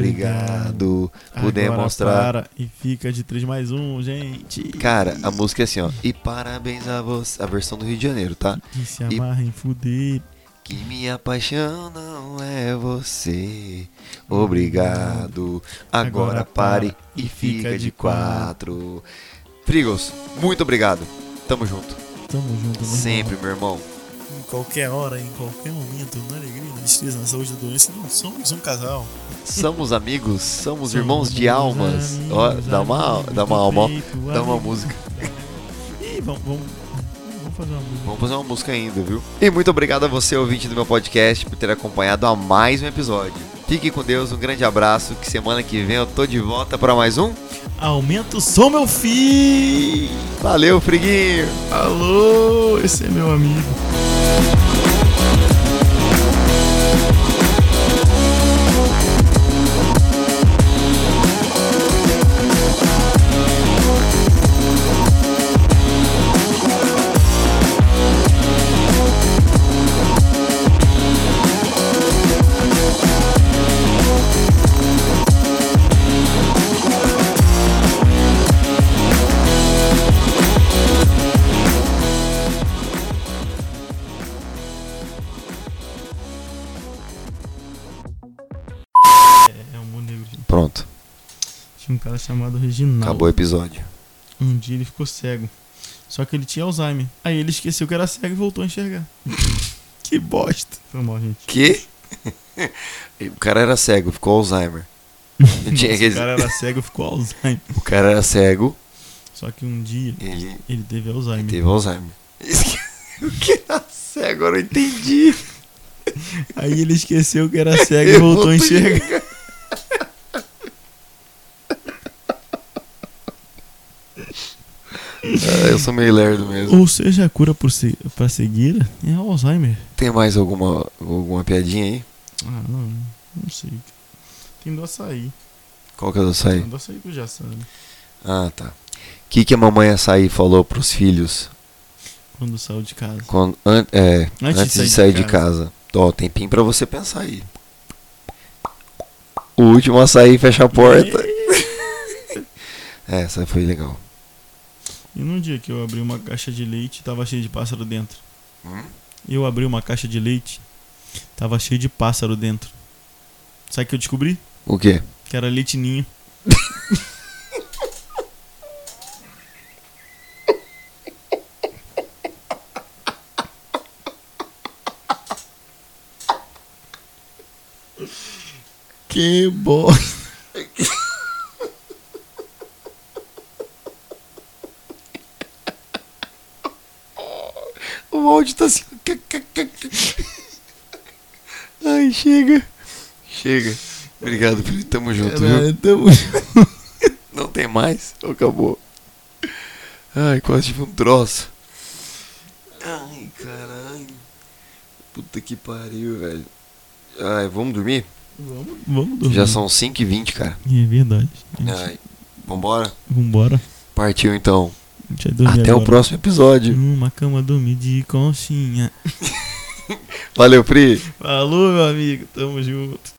[SPEAKER 1] Obrigado. por
[SPEAKER 2] Agora
[SPEAKER 1] demonstrar.
[SPEAKER 2] para e fica de 3 mais 1, gente.
[SPEAKER 1] Cara, a música é assim, ó. E parabéns a você. A versão do Rio de Janeiro, tá?
[SPEAKER 2] Que se amarra em fuder.
[SPEAKER 1] Que minha paixão não é você. Obrigado. Agora,
[SPEAKER 2] Agora
[SPEAKER 1] pare
[SPEAKER 2] para
[SPEAKER 1] e
[SPEAKER 2] e
[SPEAKER 1] fica
[SPEAKER 2] fica
[SPEAKER 1] de
[SPEAKER 2] de
[SPEAKER 1] quatro. Frigos, muito obrigado. Tamo junto.
[SPEAKER 2] Tamo junto, meu irmão.
[SPEAKER 1] Sempre, meu irmão.
[SPEAKER 2] Em qualquer hora, em qualquer momento, na alegria, na tristeza, na saúde, na doença, não somos um casal.
[SPEAKER 1] Somos amigos, somos irmãos de almas. Ó, dá uma, dá uma alma, ó. Dá uma música.
[SPEAKER 2] Ih, vamos, vamos, vamos fazer uma música.
[SPEAKER 1] Vamos fazer uma música ainda, viu? E muito obrigado a você, ouvinte do meu podcast, por ter acompanhado a mais um episódio. Fique com Deus, um grande abraço, que semana que vem eu tô de volta pra mais um.
[SPEAKER 2] Aumenta o som, meu
[SPEAKER 1] E
[SPEAKER 2] filho!
[SPEAKER 1] valeu, friguinho!
[SPEAKER 2] Alô, esse é meu amigo. É, é um mundo negro. gente.
[SPEAKER 1] Pronto,
[SPEAKER 2] Tinha um cara chamado Reginaldo.
[SPEAKER 1] acabou o episódio.
[SPEAKER 2] Um dia ele ficou cego. Só que ele tinha Alzheimer. Aí ele esqueceu que era cego e voltou a enxergar. que bosta. Foi mal, gente.
[SPEAKER 1] Que? o cara era cego, ficou Alzheimer. Ele tinha
[SPEAKER 2] Nossa,
[SPEAKER 1] aqueles-
[SPEAKER 2] O cara era cego e ficou Alzheimer.
[SPEAKER 1] O cara era cego,
[SPEAKER 2] Só que um dia
[SPEAKER 1] ele
[SPEAKER 2] ele teve Alzheimer.
[SPEAKER 1] teve Alzheimer. Isso que- O que era cego? Agora eu entendi.
[SPEAKER 2] Aí ele esqueceu que era cego e voltou a enxergar.
[SPEAKER 1] Ah, eu sou meio lerdo mesmo.
[SPEAKER 2] Ou seja, a cura por se... pra cegueira é o Alzheimer.
[SPEAKER 1] Tem mais alguma, alguma piadinha aí?
[SPEAKER 2] Ah, não. Não sei. Tem do açaí.
[SPEAKER 1] Qual que é o açaí?
[SPEAKER 2] Do açaí tu já sabe.
[SPEAKER 1] Ah, tá. O que, que a mamãe açaí falou pros filhos
[SPEAKER 2] Quando saiu de casa.
[SPEAKER 1] quando, an- é,
[SPEAKER 2] Antes
[SPEAKER 1] antes,
[SPEAKER 2] de
[SPEAKER 1] de sair de casa? Ó, tempinho pra você pensar aí. O último a sair fecha a porta. É, essa foi legal.
[SPEAKER 2] E num dia que eu abri uma caixa de leite, tava cheio de pássaro dentro.
[SPEAKER 1] Hum?
[SPEAKER 2] Eu abri uma caixa de leite, tava cheio de pássaro dentro. Sabe o que eu descobri?
[SPEAKER 1] O quê?
[SPEAKER 2] Que era leite ninho. Que bosta.
[SPEAKER 1] O áudio tá assim. Ai, chega. Chega. Obrigado, Felipe. Tamo junto, viu? Não tem mais? Então Acabou. Ai, quase tive um troço. Ai, caralho. Puta que pariu, velho. Ai, vamos dormir?
[SPEAKER 2] Vamos, vamos dormir.
[SPEAKER 1] Já são 5h20, cara.
[SPEAKER 2] É verdade. A gente-
[SPEAKER 1] Ai, vambora?
[SPEAKER 2] Vambora.
[SPEAKER 1] Partiu então.
[SPEAKER 2] A gente vai dormir
[SPEAKER 1] Até
[SPEAKER 2] agora.
[SPEAKER 1] o próximo episódio.
[SPEAKER 2] Numa cama dormir de conchinha.
[SPEAKER 1] Valeu, Pri.
[SPEAKER 2] Falou, meu amigo. Tamo junto.